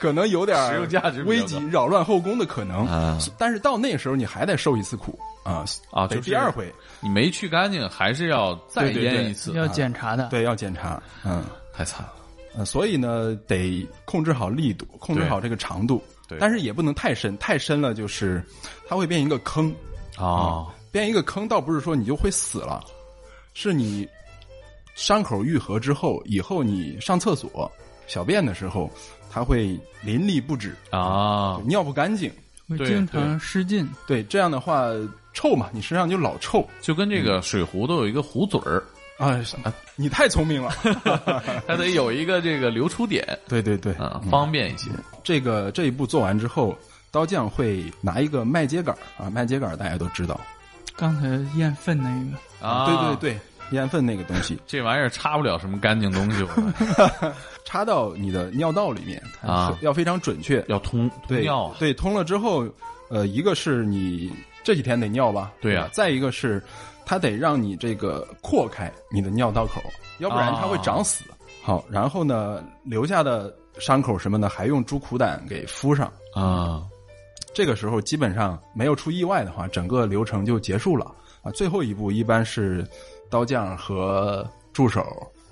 可能 有点儿实用价值比较高危及扰乱后宫的可能啊。但是到那时候你还得受一次苦啊啊得就是第二回你没去干净，还是要再对对对淹一次，要检查的。对要检查，嗯。太惨了，呃，所以呢，得控制好力度，控制对好这个长度，对但是也不能太深，太深了就是它会变一个坑，啊，变一个坑，倒不是说你就会死了，是你伤口愈合之后，以后你上厕所、小便的时候，它会淋漓不止，啊，尿不干净。我对经常失禁，对，这样的话臭嘛，你身上就老臭就跟这嗯个水壶都有一个壶嘴儿，啊！你太聪明了，它得有一个这个流出点 对对嗯对，啊，方便一些。这个这一步做完之后，刀匠会拿一个麦秸秆儿啊，麦秸秆儿大家都知道，刚才验粪那个，啊，对对，对对，烟粪那个东西这玩意儿擦不了什么干净东西，我们 插到你的尿道里面它啊要非常准确，要通通对尿啊，对，通了之后，呃，一个是你这几天得尿吧，对啊呀吧再一个是它得让你这个扩开你的尿道口，要不然它会啊长死。好，然后呢，留下的伤口什么的还用猪苦胆给敷上。啊，这个时候基本上没有出意外的话，整个流程就结束了啊。最后一步一般是刀匠和助手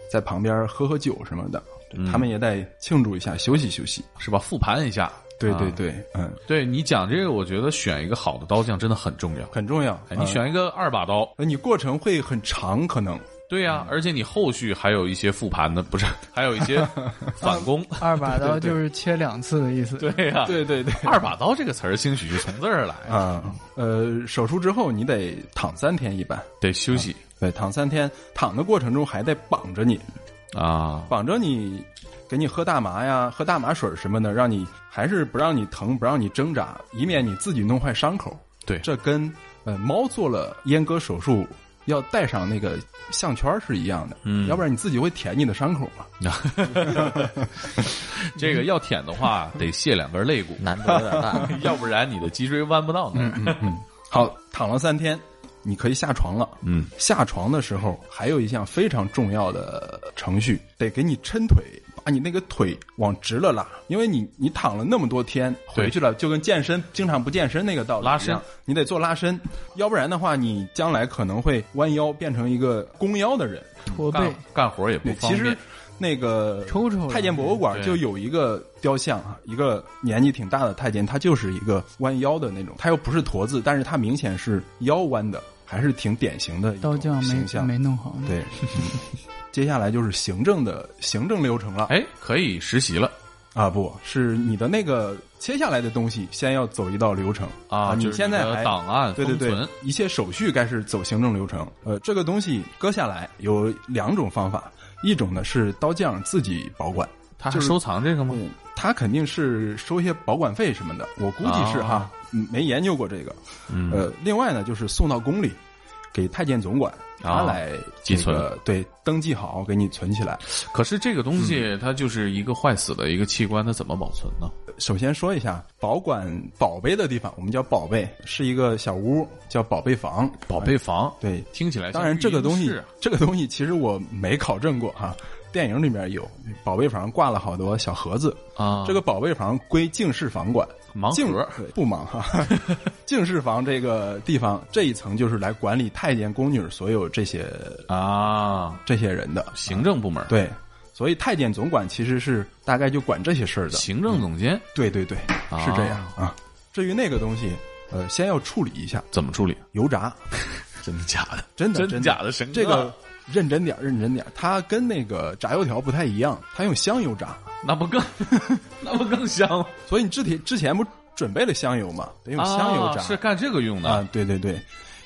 在旁边喝喝酒什么的，嗯他们也得庆祝一下，休息休息。是吧？复盘一下，对啊对对，嗯，对你讲这个，我觉得选一个好的刀匠真的很重要。很重要。哎，你嗯选一个二把刀，呃，你过程会很长，可能对呀、嗯而且你后续还有一些复盘的，不是，还有一些 反攻， 二把刀就是切两次的意思。对呀、嗯对对对二把刀这个词儿兴许是从这儿来，啊、呃，手术之后你得躺三天，一般得休息对，躺三天，躺的过程中还得绑着你，啊， 绑着你，给你喝大麻呀，喝大麻水什么的，让你还是不让你疼，不让你挣扎，以免你自己弄坏伤口。对这跟呃猫做了阉割手术要戴上那个项圈是一样的，嗯要不然你自己会舔你的伤口嘛。这个要舔的话得卸两根肋骨，难啊度有 点大。要不然你的脊椎弯不到那嗯儿。好，躺了三天，你可以下床了。嗯，下床的时候还有一项非常重要的程序，得给你抻腿，把你那个腿往直了拉，因为你你躺了那么多天对回去了，就跟健身经常不健身那个道理拉一伸，样你得做拉伸，要不然的话，你将来可能会弯腰变成一个弓腰的人。驼背干干活也不对，方其便。实那个抽抽太监博物馆对就有一个雕像啊，一个年纪挺大的太监，他就是一个弯腰的那种，他又不是驼子，但是他明显是腰弯的，还是挺典型的一刀种匠形没象。没弄好，对，嗯接下来就是行政的行政流程了。哎，可以实习了啊，不是你的那个切下来的东西，先要走一道流程啊！你就是现在的还档案对对封对存，一切手续该是走行政流程。呃，这个东西割下来有两种方法，一种呢是刀匠自己保管，他还就是收藏这个吗？嗯，他肯定是收一些保管费什么的，我估计是哈，嗯没研究过这个。啊嗯呃，另外呢，就是送到宫里，给太监总管，他啊来寄这个存对，登记好给你存起来。可是这个东嗯西它就是一个坏死的一个器官，它怎么保存呢？首先说一下保管宝贝的地方，我们叫宝贝，是一个小屋，叫宝贝房。宝贝房，对哎听起来像当然这个东育婴西室啊，这个东西其实我没考证过哈、电影里面有宝贝房挂了好多小盒子，啊，这个宝贝房归净室房管，盲净盒对不 忙哈。净室房这个地方这一层就是来管理太监宫女所有这些啊，这些人的，行政部门，，对，所以太监总管其实是大概就管这些事儿的，行政总监对对对，是这样啊。至于那个东西，呃，先要处理一下，怎么处理？油炸，真的假的？ 真的真真假的神哥这个认真点儿，认真点儿，它跟那个炸油条不太一样，它用香油炸，那 不更那不更香吗？所以你之前之前不准备了香油嘛，得用香油炸，啊是干这个用啊的，，对对对。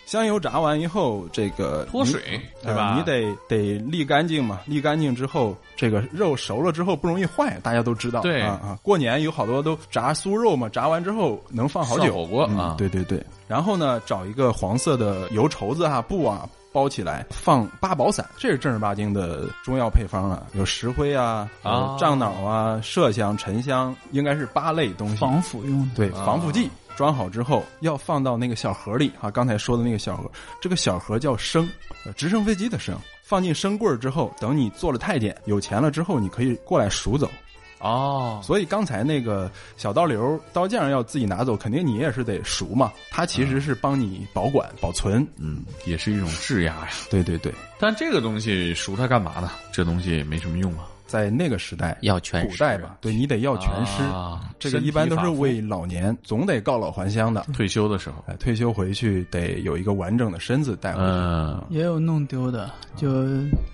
香油炸完以后，这个脱你水呃对吧你得得沥干净嘛，沥干净之后，这个肉熟了之后不容易坏，大家都知道。对啊啊，过年有好多都炸酥肉嘛，炸完之后能放好上久。火锅啊嗯，对对对。然后呢，找一个黄色的油绸子啊、布啊包起来，放八宝散，这是正儿八经的中药配方啊，有石灰啊、啊有樟脑啊、麝香、沉香，应该是八类东西。防腐用的。对，啊防腐剂装好之后要放到那个小盒里啊，刚才说的那个小盒，这个小盒叫升，呃直升飞机的升。放进升柜儿之后，等你做了太监，有钱了之后，你可以过来赎走。哦，所以刚才那个小刀流刀匠要自己拿走，肯定你也是得赎嘛。他其实是帮你保管、保存。嗯，也是一种质押呀。对对对，但这个东西赎它干嘛呢？这东西没什么用啊。在那个时代，要全古尸代吧，对你得要全尸。啊这个一般都是身体发肤为老年，总得告老还乡的。退休的时候，哎，退休回去得有一个完整的身子带回去。嗯，也有弄丢的，就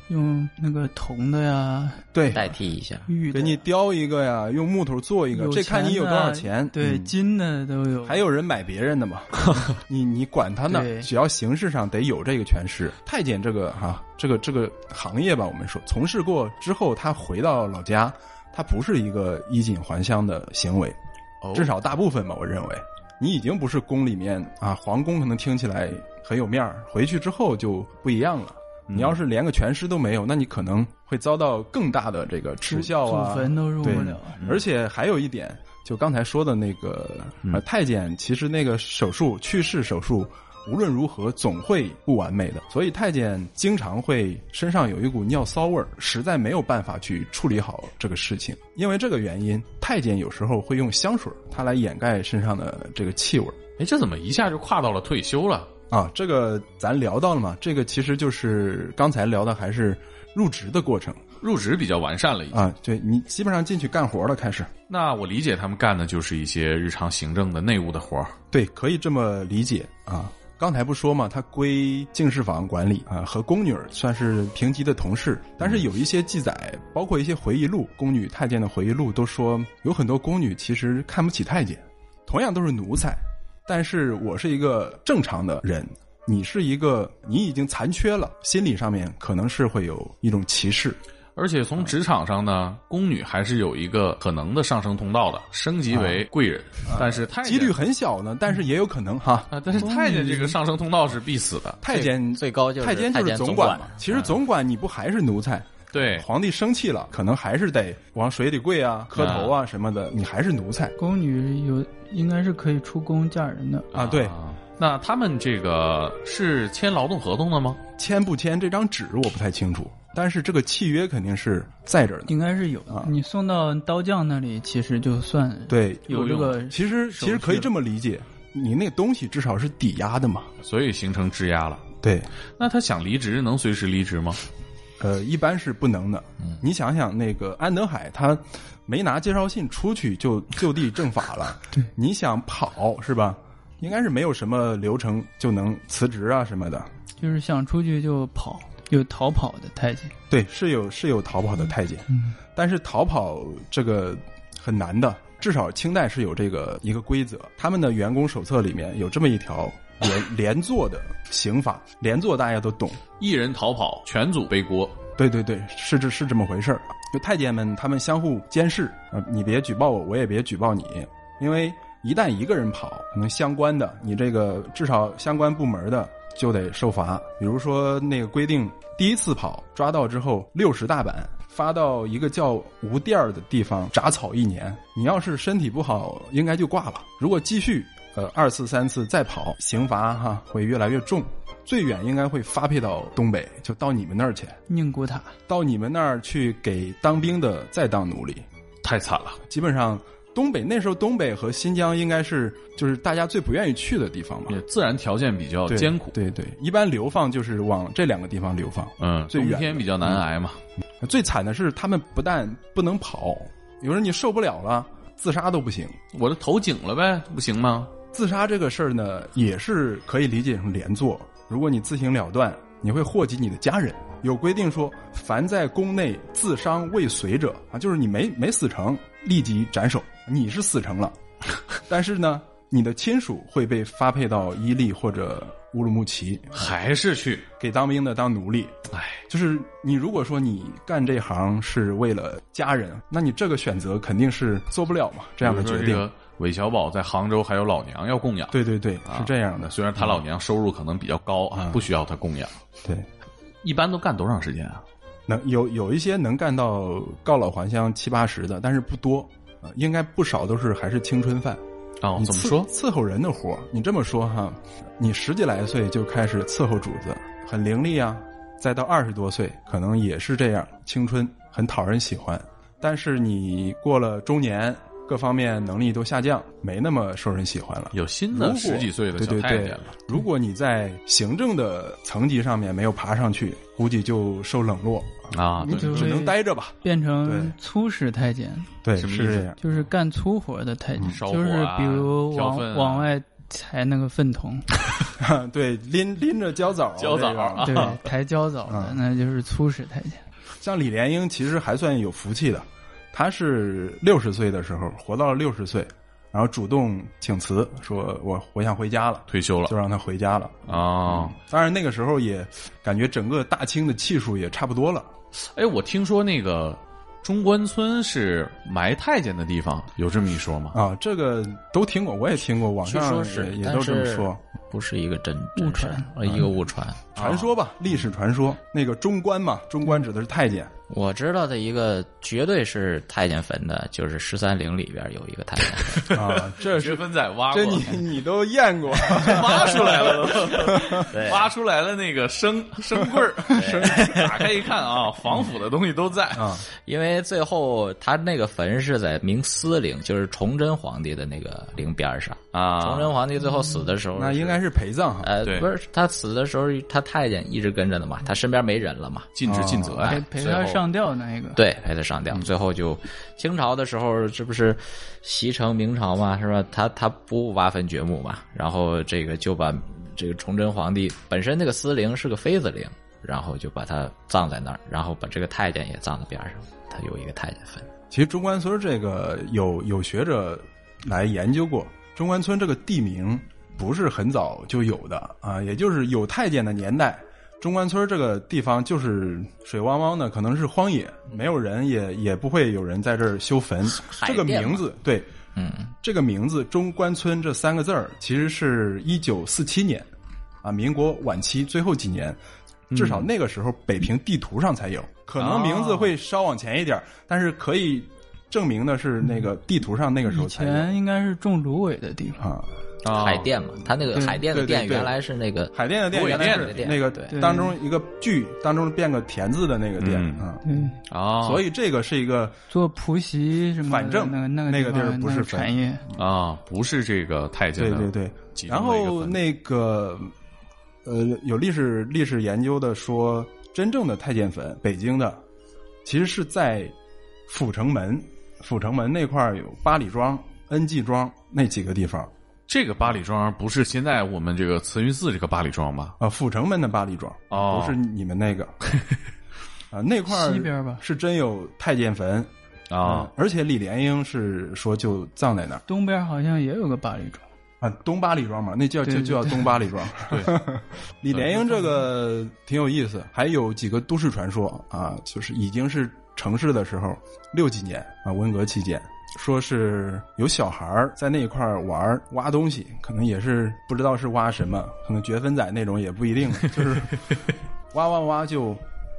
用那个铜的呀、对，代替一下。玉的，给你雕一个呀，用木头做一个，有这看你有多啊少钱。对，嗯金的都有，还有人买别人的嘛？你你管他呢对？只要形式上得有这个权势。太监这个哈、这个这个行业吧，我们说从事过之后，他回到老家，他不是一个衣锦还乡的行为，至少大部分吧，我认为。你已经不是宫里面啊，皇宫可能听起来很有面儿，回去之后就不一样了。你要是连个全尸都没有，那你可能会遭到更大的这个耻笑啊，祖坟都入对不了。而且还有一点，就刚才说的那个、呃太监，其实那个手术去世手术，无论如何总会不完美的，所以太监经常会身上有一股尿骚味儿，实在没有办法去处理好这个事情。因为这个原因，太监有时候会用香水儿，它来掩盖身上的这个气味儿。哎，这怎么一下就跨到了退休了？啊，这个咱聊到了嘛？这个其实就是刚才聊的，还是入职的过程入职比较完善了，已经。啊。对你基本上进去干活了，开始那我理解他们干的就是一些日常行政的内务的活儿。对，可以这么理解啊。刚才不说嘛，它归净室房管理啊，和宫女儿算是平级的同事。但嗯是有一些记载，包括一些回忆录，宫女太监的回忆录都说，有很多宫女其实看不起太监，同样都是奴才，但是我是一个正常的人，你是一个你已经残缺了，心理上面可能是会有一种歧视。而且啊从职场上呢，宫女还是有一个可能的上升通道的，升级为贵人，但是太监啊几率很小呢，但是也有可能哈。啊，但是太监这个上升通道是必死的。太监嗯最最高就是太监就太是监总总管管嘛嘛。嗯其实总管你不还是奴才？对，皇帝生气了，可能还是得往水里跪啊、磕头啊什么的，你还是奴才宫女有应该是可以出宫嫁人的，啊。对，那他们这个是签劳动合同的吗？签不签这张纸我不太清楚，但是这个契约肯定是在这儿的。应该是有的。啊你送到刀匠那里，其实就算对，有这个，其实其实可以这么理解，你那个东西至少是抵押的嘛。所以形成质押了。对，那他想离职能随时离职吗？呃，一般是不能的。你想想，那个安德海他没拿介绍信出去就就地正法了， 对，你想跑是吧？应该是没有什么流程就能辞职啊什么的。就是想出去就跑，有逃跑的太监。对，是有是有逃跑的太监，但是逃跑这个很难的，至少清代是有这个一个规则，他们的员工手册里面有这么一条连连坐的刑法，连坐大家都懂。一人逃跑，全组背锅。对对对，是这是这么回事儿。就太监们他们相互监视，呃你别举报我，我也别举报你，因为一旦一个人跑，可能相关的你这个至少相关部门的就得受罚。比如说那个规定，第一次跑抓到之后六十大板，发到一个叫无店儿的地方铡草一年。你要是身体不好，应该就挂了。如果继续呃二次三次再跑，刑罚哈会越来越重，最远应该会发配到东北，就到你们那儿去，宁古塔到你们那儿去给当兵的再当奴隶。太惨了，基本上东北那时候东北和新疆应该是就是大家最不愿意去的地方嘛也，自然条件比较对艰苦，对对，一般流放就是往这两个地方流放。嗯，最冬远天比较难挨嘛，最惨的是他们不但不能跑，有时候你受不了了，自杀都不行。我这投井了呗，不行吗？自杀这个事儿呢，也是可以理解成连坐。如果你自行了断，你会祸及你的家人。有规定说，凡在宫内自伤未遂者啊，就是你没没死成，立即斩首。你是死成了， 但是呢，你的亲属会被发配到伊犁或者乌鲁木齐，还是去，给当兵的当奴隶。哎，就是你如果说你干这行是为了家人，那你这个选择肯定是做不了嘛，这样的比如决说定。这个韦小宝在杭州还有老娘要供养，对对对，啊是这样的。虽然他老娘收入可能比较高啊，嗯不需要他供养，对，一般都干多长时间啊？能有有一些能干到告老还乡七八十的，但是不多，呃应该不少都是还是青春饭。哦，你怎么伺说？伺候人的活儿你这么说哈，你十几来岁就开始伺候主子，很伶俐啊，再到二十多岁，可能也是这样，青春很讨人喜欢。但是你过了中年，各方面能力都下降，没那么受人喜欢了。有新如的果十几岁的对小对太对监了，，如果你在行政的层级上面没有爬上去，估计就受冷落，啊，你对只能待着吧。变成对粗使太监，对，什么意是思这样。就是干粗活的太监，嗯烧火啊就是比如挑往、粪啊往外抬那个 粪桶，对，拎拎着焦枣，焦枣啊这对个，抬焦枣的、嗯那就是粗使太监。像李莲英其实还算有福气的，她是六十岁的时候活到了六十岁，然后主动请辞，说我我想回家了，退休了就让她回家了。啊。当然那个时候也感觉整个大清的气数也差不多了。哎，我听说那个中关村是埋太监的地方，有这么一说吗？啊，这个都听过，我也听过，网据上说也是，也但都这么是啊说，不是一个真误真事传儿，呃，嗯一个误传。传说吧，历史传说。那个中官嘛，中官指的是太 监，我知道的一个绝对是太监坟的，就是十三陵里边有一个太监 坟。啊，这学是分仔挖过这你 你都验过， 挖出来了都，对挖出来了那个 生生棍儿，生打开一看啊，防腐的东西都在啊因为最后他那个坟是在明思陵，就是崇祯皇帝的那个陵边上。崇啊。祯皇帝最后死的时候，那应该是陪葬哈。呃对，不是他死的时候，他太监一直跟着的嗯嘛，他身边没人了嘛，尽职尽责陪呀，陪最他后上吊那嗯个，对，陪他上吊。最后就清朝的时候，这不是袭城明朝嘛，是吧？他他不挖坟掘墓嘛，然后这个就把这个崇祯皇帝本身那个司陵是个妃子陵，然后就把他葬在那儿，然后把这个太监也葬在边上，他有一个太监坟。其实中关村这个有有学者来研究过，中关村这个地名不是很早就有的啊，也就是有太监的年代，中关村这个地方就是水汪汪的，可能是荒野，没有人也也不会有人在这儿修坟。 海这个淀嘛名字对，嗯，这个名字“中关村”这三个字儿，其实是一九四七年，啊，民国晚期最后几年，至嗯少那个时候北平地图上才有。可能名字会稍往前一点儿，但是可以证明的是，那个地图上那个时候以才有前应该是种芦苇的地方，啊。啊海淀嘛，他那个对海淀的嗯对对淀对原来是那个海淀的店芦苇原来店的是店那个对当中一个剧当中变个田字的那个店嗯啊，对，啊，所以这个是一个做仆席什么的，反正那个那个那个地儿方不是那个坟嗯产业，啊，不是这个太监对的，对对，其中然的一个后分那个呃，有历史历史研究的说，真正的太监坟，北京的，其实是在阜成门，阜成门那块儿有八里庄、恩济庄那几个地方这个八里庄不是现在我们这个慈云寺这个八里庄吧？啊，阜成门的八里庄，哦不是你 们那个啊，那块儿西边吧是真有太监坟啊，而且李莲英是说就葬在那儿东边好像也有个八里庄，啊，东八里庄嘛，那叫对就对就叫东八里庄。 李莲英这个挺有意思，还有几个都市传说啊，就是已经是城市的时候，六几年啊，文革期间，说是有小孩儿在那一块儿玩儿挖东西，可能也是不知道是挖什么，可能掘粪仔那种也不一定，就是 挖挖挖就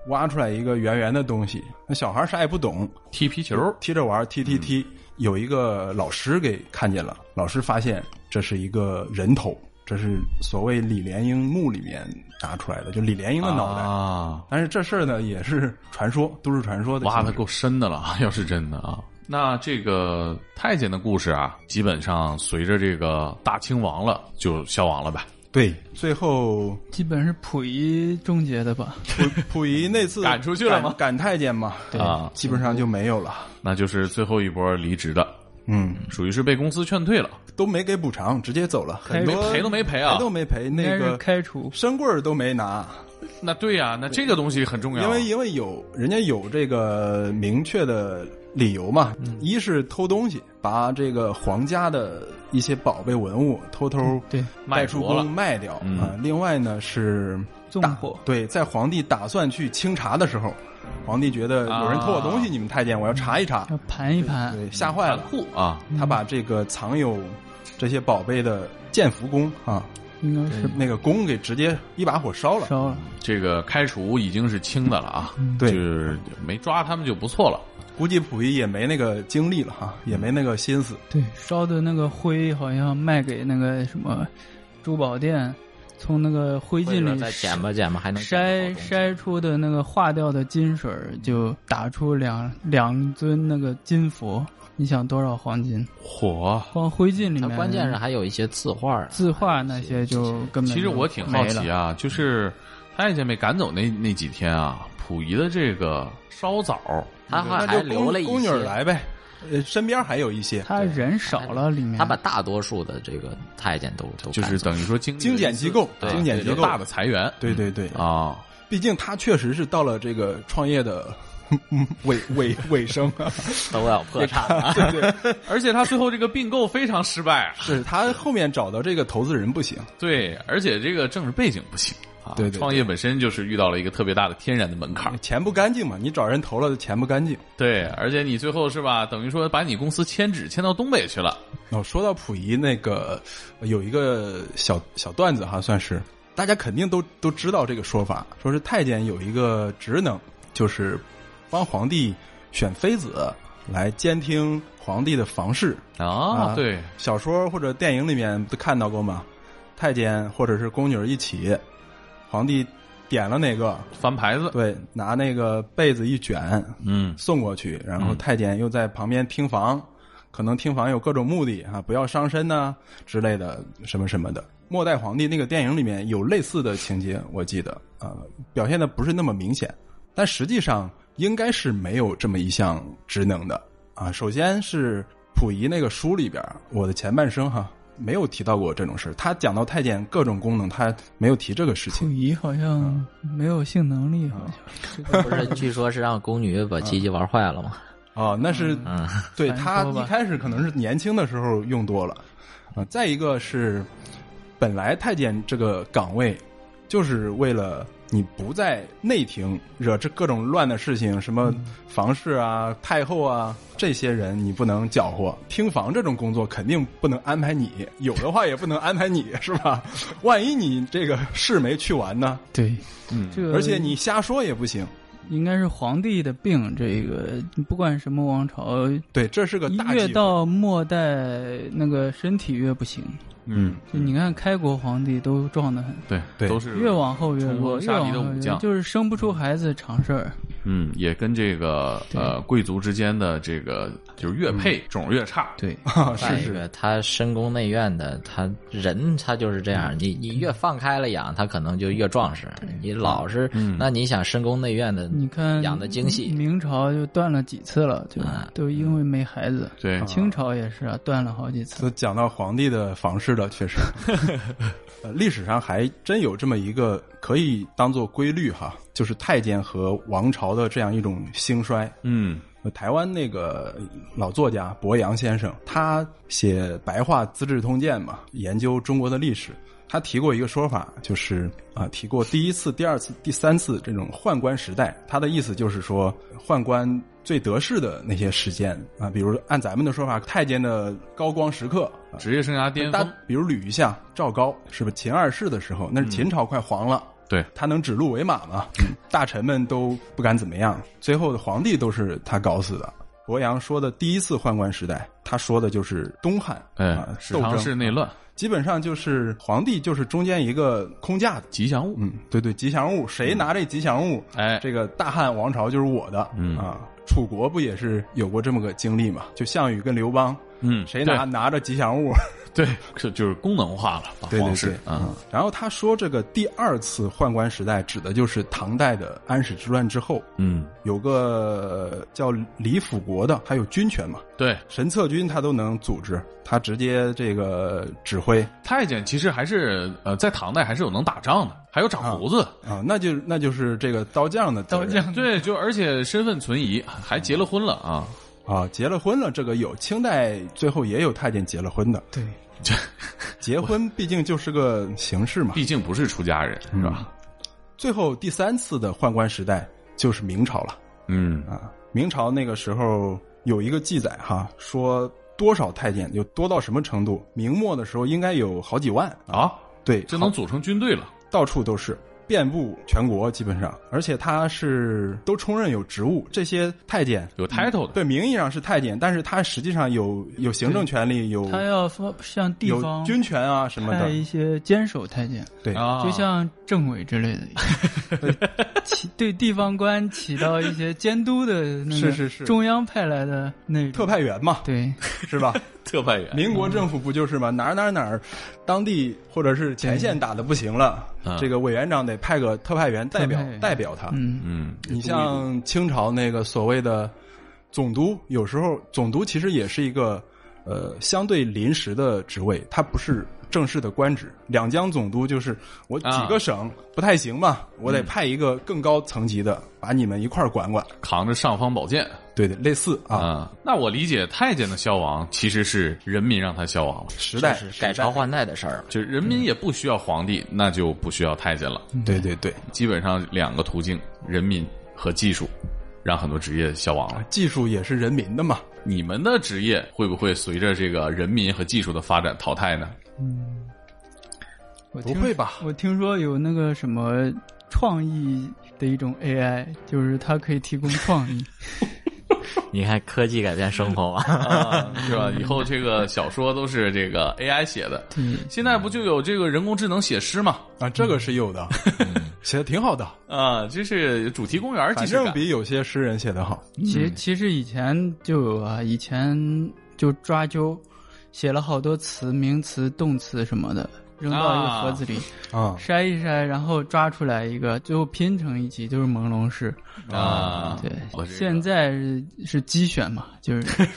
挖出来一个圆圆的东西。那小孩儿啥也不懂，踢皮球，踢着玩儿，踢嗯踢踢。有一个老师给看见了，老师发现这是一个人头，这是所谓李莲英墓里面拿出来的，就李莲英的脑袋。啊，但是这事儿呢，也是传说，都市传说的性质。挖的够深的了啊，要是真的啊。那这个太监的故事啊，基本上随着这个大清亡了就消亡了吧？对，最后基本是溥仪终结的吧？溥溥仪那次 赶出去了吗赶赶太监嘛，对啊，基本上就没有了。那就是最后一波离职的，嗯，属于是被公司劝退了，都没给补偿，直接走了，很多赔都没赔啊赔。都没赔，应该那是个开除。身棍儿都没拿，那对呀、那这个东西很重要，因为因为有人家有这个明确的理由嘛，嗯一是偷东西，把这个皇家的一些宝贝文物偷偷对，嗯卖带出国了宫卖掉嗯啊，另外呢是纵打火对，在皇帝打算去清查的时候，皇帝觉得有人偷我东西，啊你们太监，我要查一查，要盘一盘。对，吓坏了。嗯酷啊，他把这个藏有这些宝贝的建福宫啊，应该嗯是那个宫给直接一把火烧了。烧了。这个开除已经是轻的了啊，嗯对就是没抓他们就不错了。估计溥仪也没那个精力了哈、也没那个心思。对，烧的那个灰好像卖给那个什么珠宝店，从那个灰烬或者里再捡吧捡吧，还能筛捡到好东西筛出的那个化掉的金水儿，就打出两两尊那个金佛。你想多少黄金？火，光灰烬里它面，关键是还有一些字画啊，字画那些就根本其实就我挺好没了奇啊，就是太监被赶走那那几天啊，溥仪的这个烧枣，他还那还就留了一些宫女儿来呗，呃，身边还有一些他人少了，里面他把大多数的这个太监都都就是赶走等于说经历精简机构，对精简机有构大的裁员对对嗯对，啊，毕竟他确实是到了这个创业的尾尾尾声啊，都要破产了。对对， 而且他最后这个并购非常失败啊，是他后面找到这个投资人不行，对，而且这个政治背景不行啊，对对对嗯创业本身就是遇到了一个特别大的天然的门槛儿，钱不干净嘛，你找人投了钱不干净。对，而且你最后是吧，等于说把你公司迁址迁到东北去了，哦，说到溥仪那个，呃有一个小小段子哈，算是大家肯定都都知道这个说法，说是太监有一个职能，就是帮皇帝选妃子，来监听皇帝的房事。啊对，小说或者电影里面都看到过吗？太监或者是宫女儿一起，皇帝点了哪个，翻牌子，对，拿那个被子一卷，嗯，送过去，然后太监又在旁边听防，可能听防有各种目的啊，不要伤身呐、之类的什么什么的。末代皇帝那个电影里面有类似的情节，我记得啊、呃表现的不是那么明显，但实际上应该是没有这么一项职能的啊。首先是溥仪那个书里边，我的前半生哈没有提到过这种事儿他讲到太监各种功能，他没有提这个事溥情。仪好嗯像没有性能力，好像 不是，据说是让宫女把鸡鸡玩坏了吗？哦，那是， 对反应他多吧一开始可能是年轻的时候用多了，啊、再一个是，本来太监这个岗位，就是为了你不在内廷惹这各种乱的事情，什么嗯房事啊、太后啊这些人你不能搅和，听房这种工作肯定不能安排你，有的话也不能安排你是吧？万一你这个事没去完呢，对，嗯这个而且你瞎说也不行。应该是皇帝的病，这个不管什么王朝，对，这是个大越忌讳到末代那个身体越不行。嗯，就你看开国皇帝都壮得很，对，对都是越往后越冲锋弱，越杀敌往的后武越将弱就是生不出孩子常事儿。嗯，也跟这个呃贵族之间的这个就是越配嗯种越差，对，啊，是再一是，个，哎他深宫内院的，他人他就是这样，你你越放开了养，他可能就越壮实；你老是，那你想深宫内院的，你看嗯养的精细，明朝就断了几次了，就啊都因为没孩子。对清朝也是啊，断了好几次都。讲到皇帝的房事了，确实，呃历史上还真有这么一个可以当做规律哈，就是太监和王朝的这样一种兴衰。嗯，呃台湾那个老作家博洋先生，他写白话《资治通鉴》嘛，研究中国的历史。他提过一个说法，就是啊、提过第一次、第二次、第三次这种宦官时代。他的意思就是说，宦官最得势的那些时间啊，比如按咱们的说法，太监的高光时刻，啊职业生涯巅大峰，比如吕一下、赵高，是不是秦二世的时候，那是秦朝快黄了。嗯对，嗯他能指鹿为马吗？大臣们都不敢怎么样，最后的皇帝都是他搞死的。伯阳说的第一次宦官时代，他说的就是东汉，哎啊，史斗常争侍内乱，基本上就是皇帝就是中间一个空架子。吉祥物，嗯，对对，吉祥物，谁拿这吉祥物，嗯哎，这个大汉王朝就是我的。嗯啊，楚国不也是有过这么个经历嘛？就项羽跟刘邦，嗯，谁拿拿着吉祥物，对，对这就是功能化了，把对对皇室对嗯啊，然后他说，这个第二次宦官时代指的就是唐代的安史之乱之后，嗯，有个呃叫李辅国的，还有军权嘛，对，神策军他都能组织，他直接这个指挥太监其实还是呃，在唐代还是有能打仗的，还有长胡子，啊，那就那就是这个刀匠的责任对，就而且身份存疑，还结了婚了啊，啊，结了婚了，这个有清代最后也有太监结了婚的，对，结婚毕竟就是个形 式嘛，毕竟不是出家人嗯是吧？最后第三次的宦官时代就是明朝了。嗯啊，明朝那个时候有一个记载哈，说多少太监有多到什么程度？明末的时候应该有好几万啊，啊，对，这能好组成军队了，到处都是，遍布全国基本上，而且他是都充任有职务，这些太监有 title 的，对名义上是太监，但是他实际上有有行政权力，有他要发向地有方军权啊什么派一的，些坚守太监，对啊，就像政委之类的，起对地方官起到一些监督的那个是是是中央派来的那种特派员嘛，对是吧？特派员，民国政府不就是吗？哪儿哪儿哪儿，当地或者是前线打的不行了嗯，这个委员长得派个特派员代表特派员代表他。嗯嗯，你像清朝那个所谓的总督，有时候总督其实也是一个呃相对临时的职位，他不是正式的官职。两江总督就是我几个省不太行嘛，我得派一个更高层级的把你们一块儿管管。扛着尚方宝剑对对，类似啊，啊，那我理解太监的消亡其实是人民让他消亡了。时代改朝换换代的事儿了。就人嗯民也不需要皇帝，那就不需要太监了。对对对。基本上两个途径，人民和技术，让很多职业消亡了。啊技术也是人民的嘛，你们的职业会不会随着这个人民和技术的发展淘汰呢？我不听会吧？我听说有那个什么创意的一种 AI，就是它可以提供创 意，你看科技改变生活嘛，啊， 是嗯吧？以后这个小说都是这个 AI 写的，对，现在不就有这个人工智能写诗吗？啊，这个是有的，写的挺好的，啊，这是主题公园反即视正感。比有些诗人写的好。其实其实以前就有啊，以前就抓阄，写了好多词、名词、动词什么的，扔到一个盒子里、啊，筛一筛，然后抓出来一个，最后拼成一集，就是朦胧式。啊，对，我这个现在是是机选嘛，就是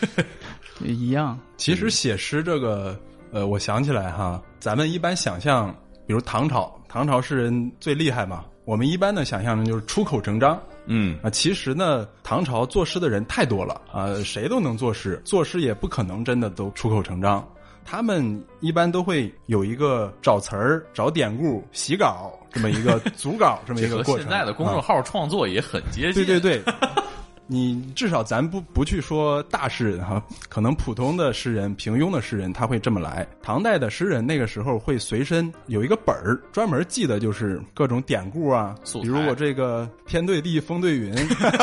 对一样。其实写诗这个，呃，我想起来哈，咱们一般想象，比如唐朝，唐朝诗人最厉害嘛，我们一般的想象就是出口成章。嗯啊，其实呢，唐朝作诗的人太多了啊，谁都能作诗，作诗也不可能真的都出口成章。他们一般都会有一个找词儿、找典故、洗稿这么一个组稿这么这一个和 过程。现在的公众啊号创作也很接近。对对对， 你至少咱不不去说大诗人哈，可能普通的诗人、平庸的诗人他会这么来。唐代的诗人那个时候会随身有一个本儿，专门记的就是各种典故啊素，材比如我这个天对地，风对云，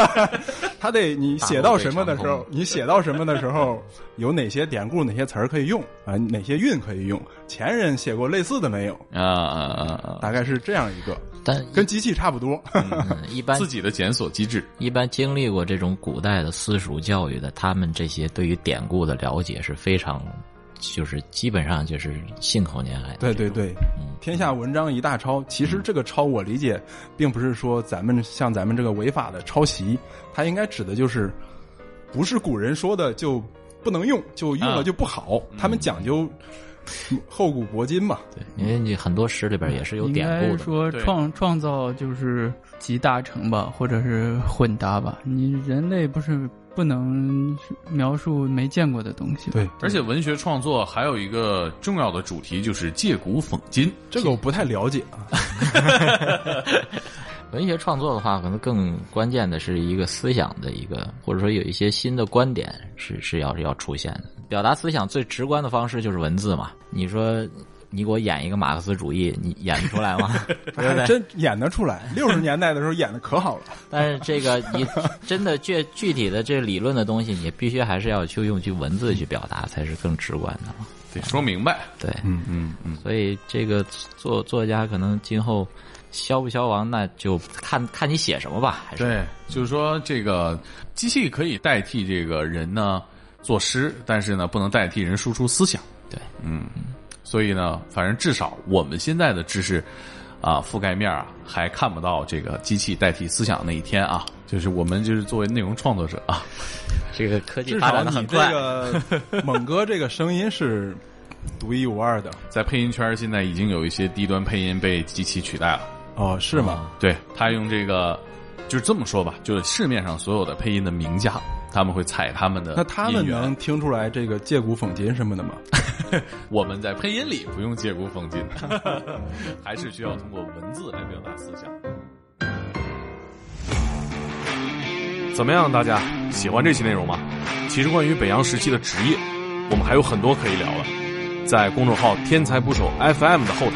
他得你写到什么的时大陆候对长，你写到什么的时候有哪些典故、哪些词儿可以用啊，哪些韵可以用，前人写过类似的没有？啊啊啊啊！大概是这样一个， 但跟机器差不多。嗯一般自己的检索机制，一般经历过这种古代的私塾教育的，他们这些对于典故的了解是非常，就是基本上就是信口拈来的。对对，对，嗯天下文章一大抄。其实这个抄，我理解，并不是说咱们像咱们这个违法的抄袭，它应该指的就是，不是古人说的就不能用，就用啊了就不好。嗯他们讲究厚古薄今嘛。因为你很多诗里边也是有嗯应典该故的嘛。说对创创造就是集大成吧，或者是混搭吧。你人类不是不能描述没见过的东西。对，而且文学创作还有一个重要的主题就是借古讽今，这个我不太了解啊。文学创作的话，可能更关键的是一个思想的一个，或者说有一些新的观点是是要要出现的。表达思想最直观的方式就是文字嘛。你说你给我演一个马克思主义，你演得出 来吗？对不还对？真演得出 来，六十年代的时候演的可好了。但是 这个你真的具具体的这理论的东西，你必须还是要去用去文字去表达，才是更直观的嘛。得说明白。对，嗯嗯嗯，所以这个作作家可能今后消不消亡，那就看看你写什么吧。还是对，就是说这个机器可以代替这个人呢作诗，但是呢不能代替人输出思想。对，嗯，所以呢，反正至少我们现在的知识啊覆盖面啊还看不到这个机器代替思想那一天啊。就是我们就是作为内容创作者啊，这个科技至发少展的你很这快，个 猛哥这个声音是独一无二的在配音圈现在已经有一些低端配音被机器取代了。哦，是吗？啊对他用这个，就是这么说吧，就是市面上所有的配音的名家，他们会采他们的那他音们源能听出来这个借古讽今什么的吗？我们在配音里不用借古讽今， 还是需要通过文字来表达思想。怎么样，大家喜欢这期内容吗？其实关于北洋时期的职业，我们还有很多可以聊的，在公众号“天才捕手 FM” 的后台。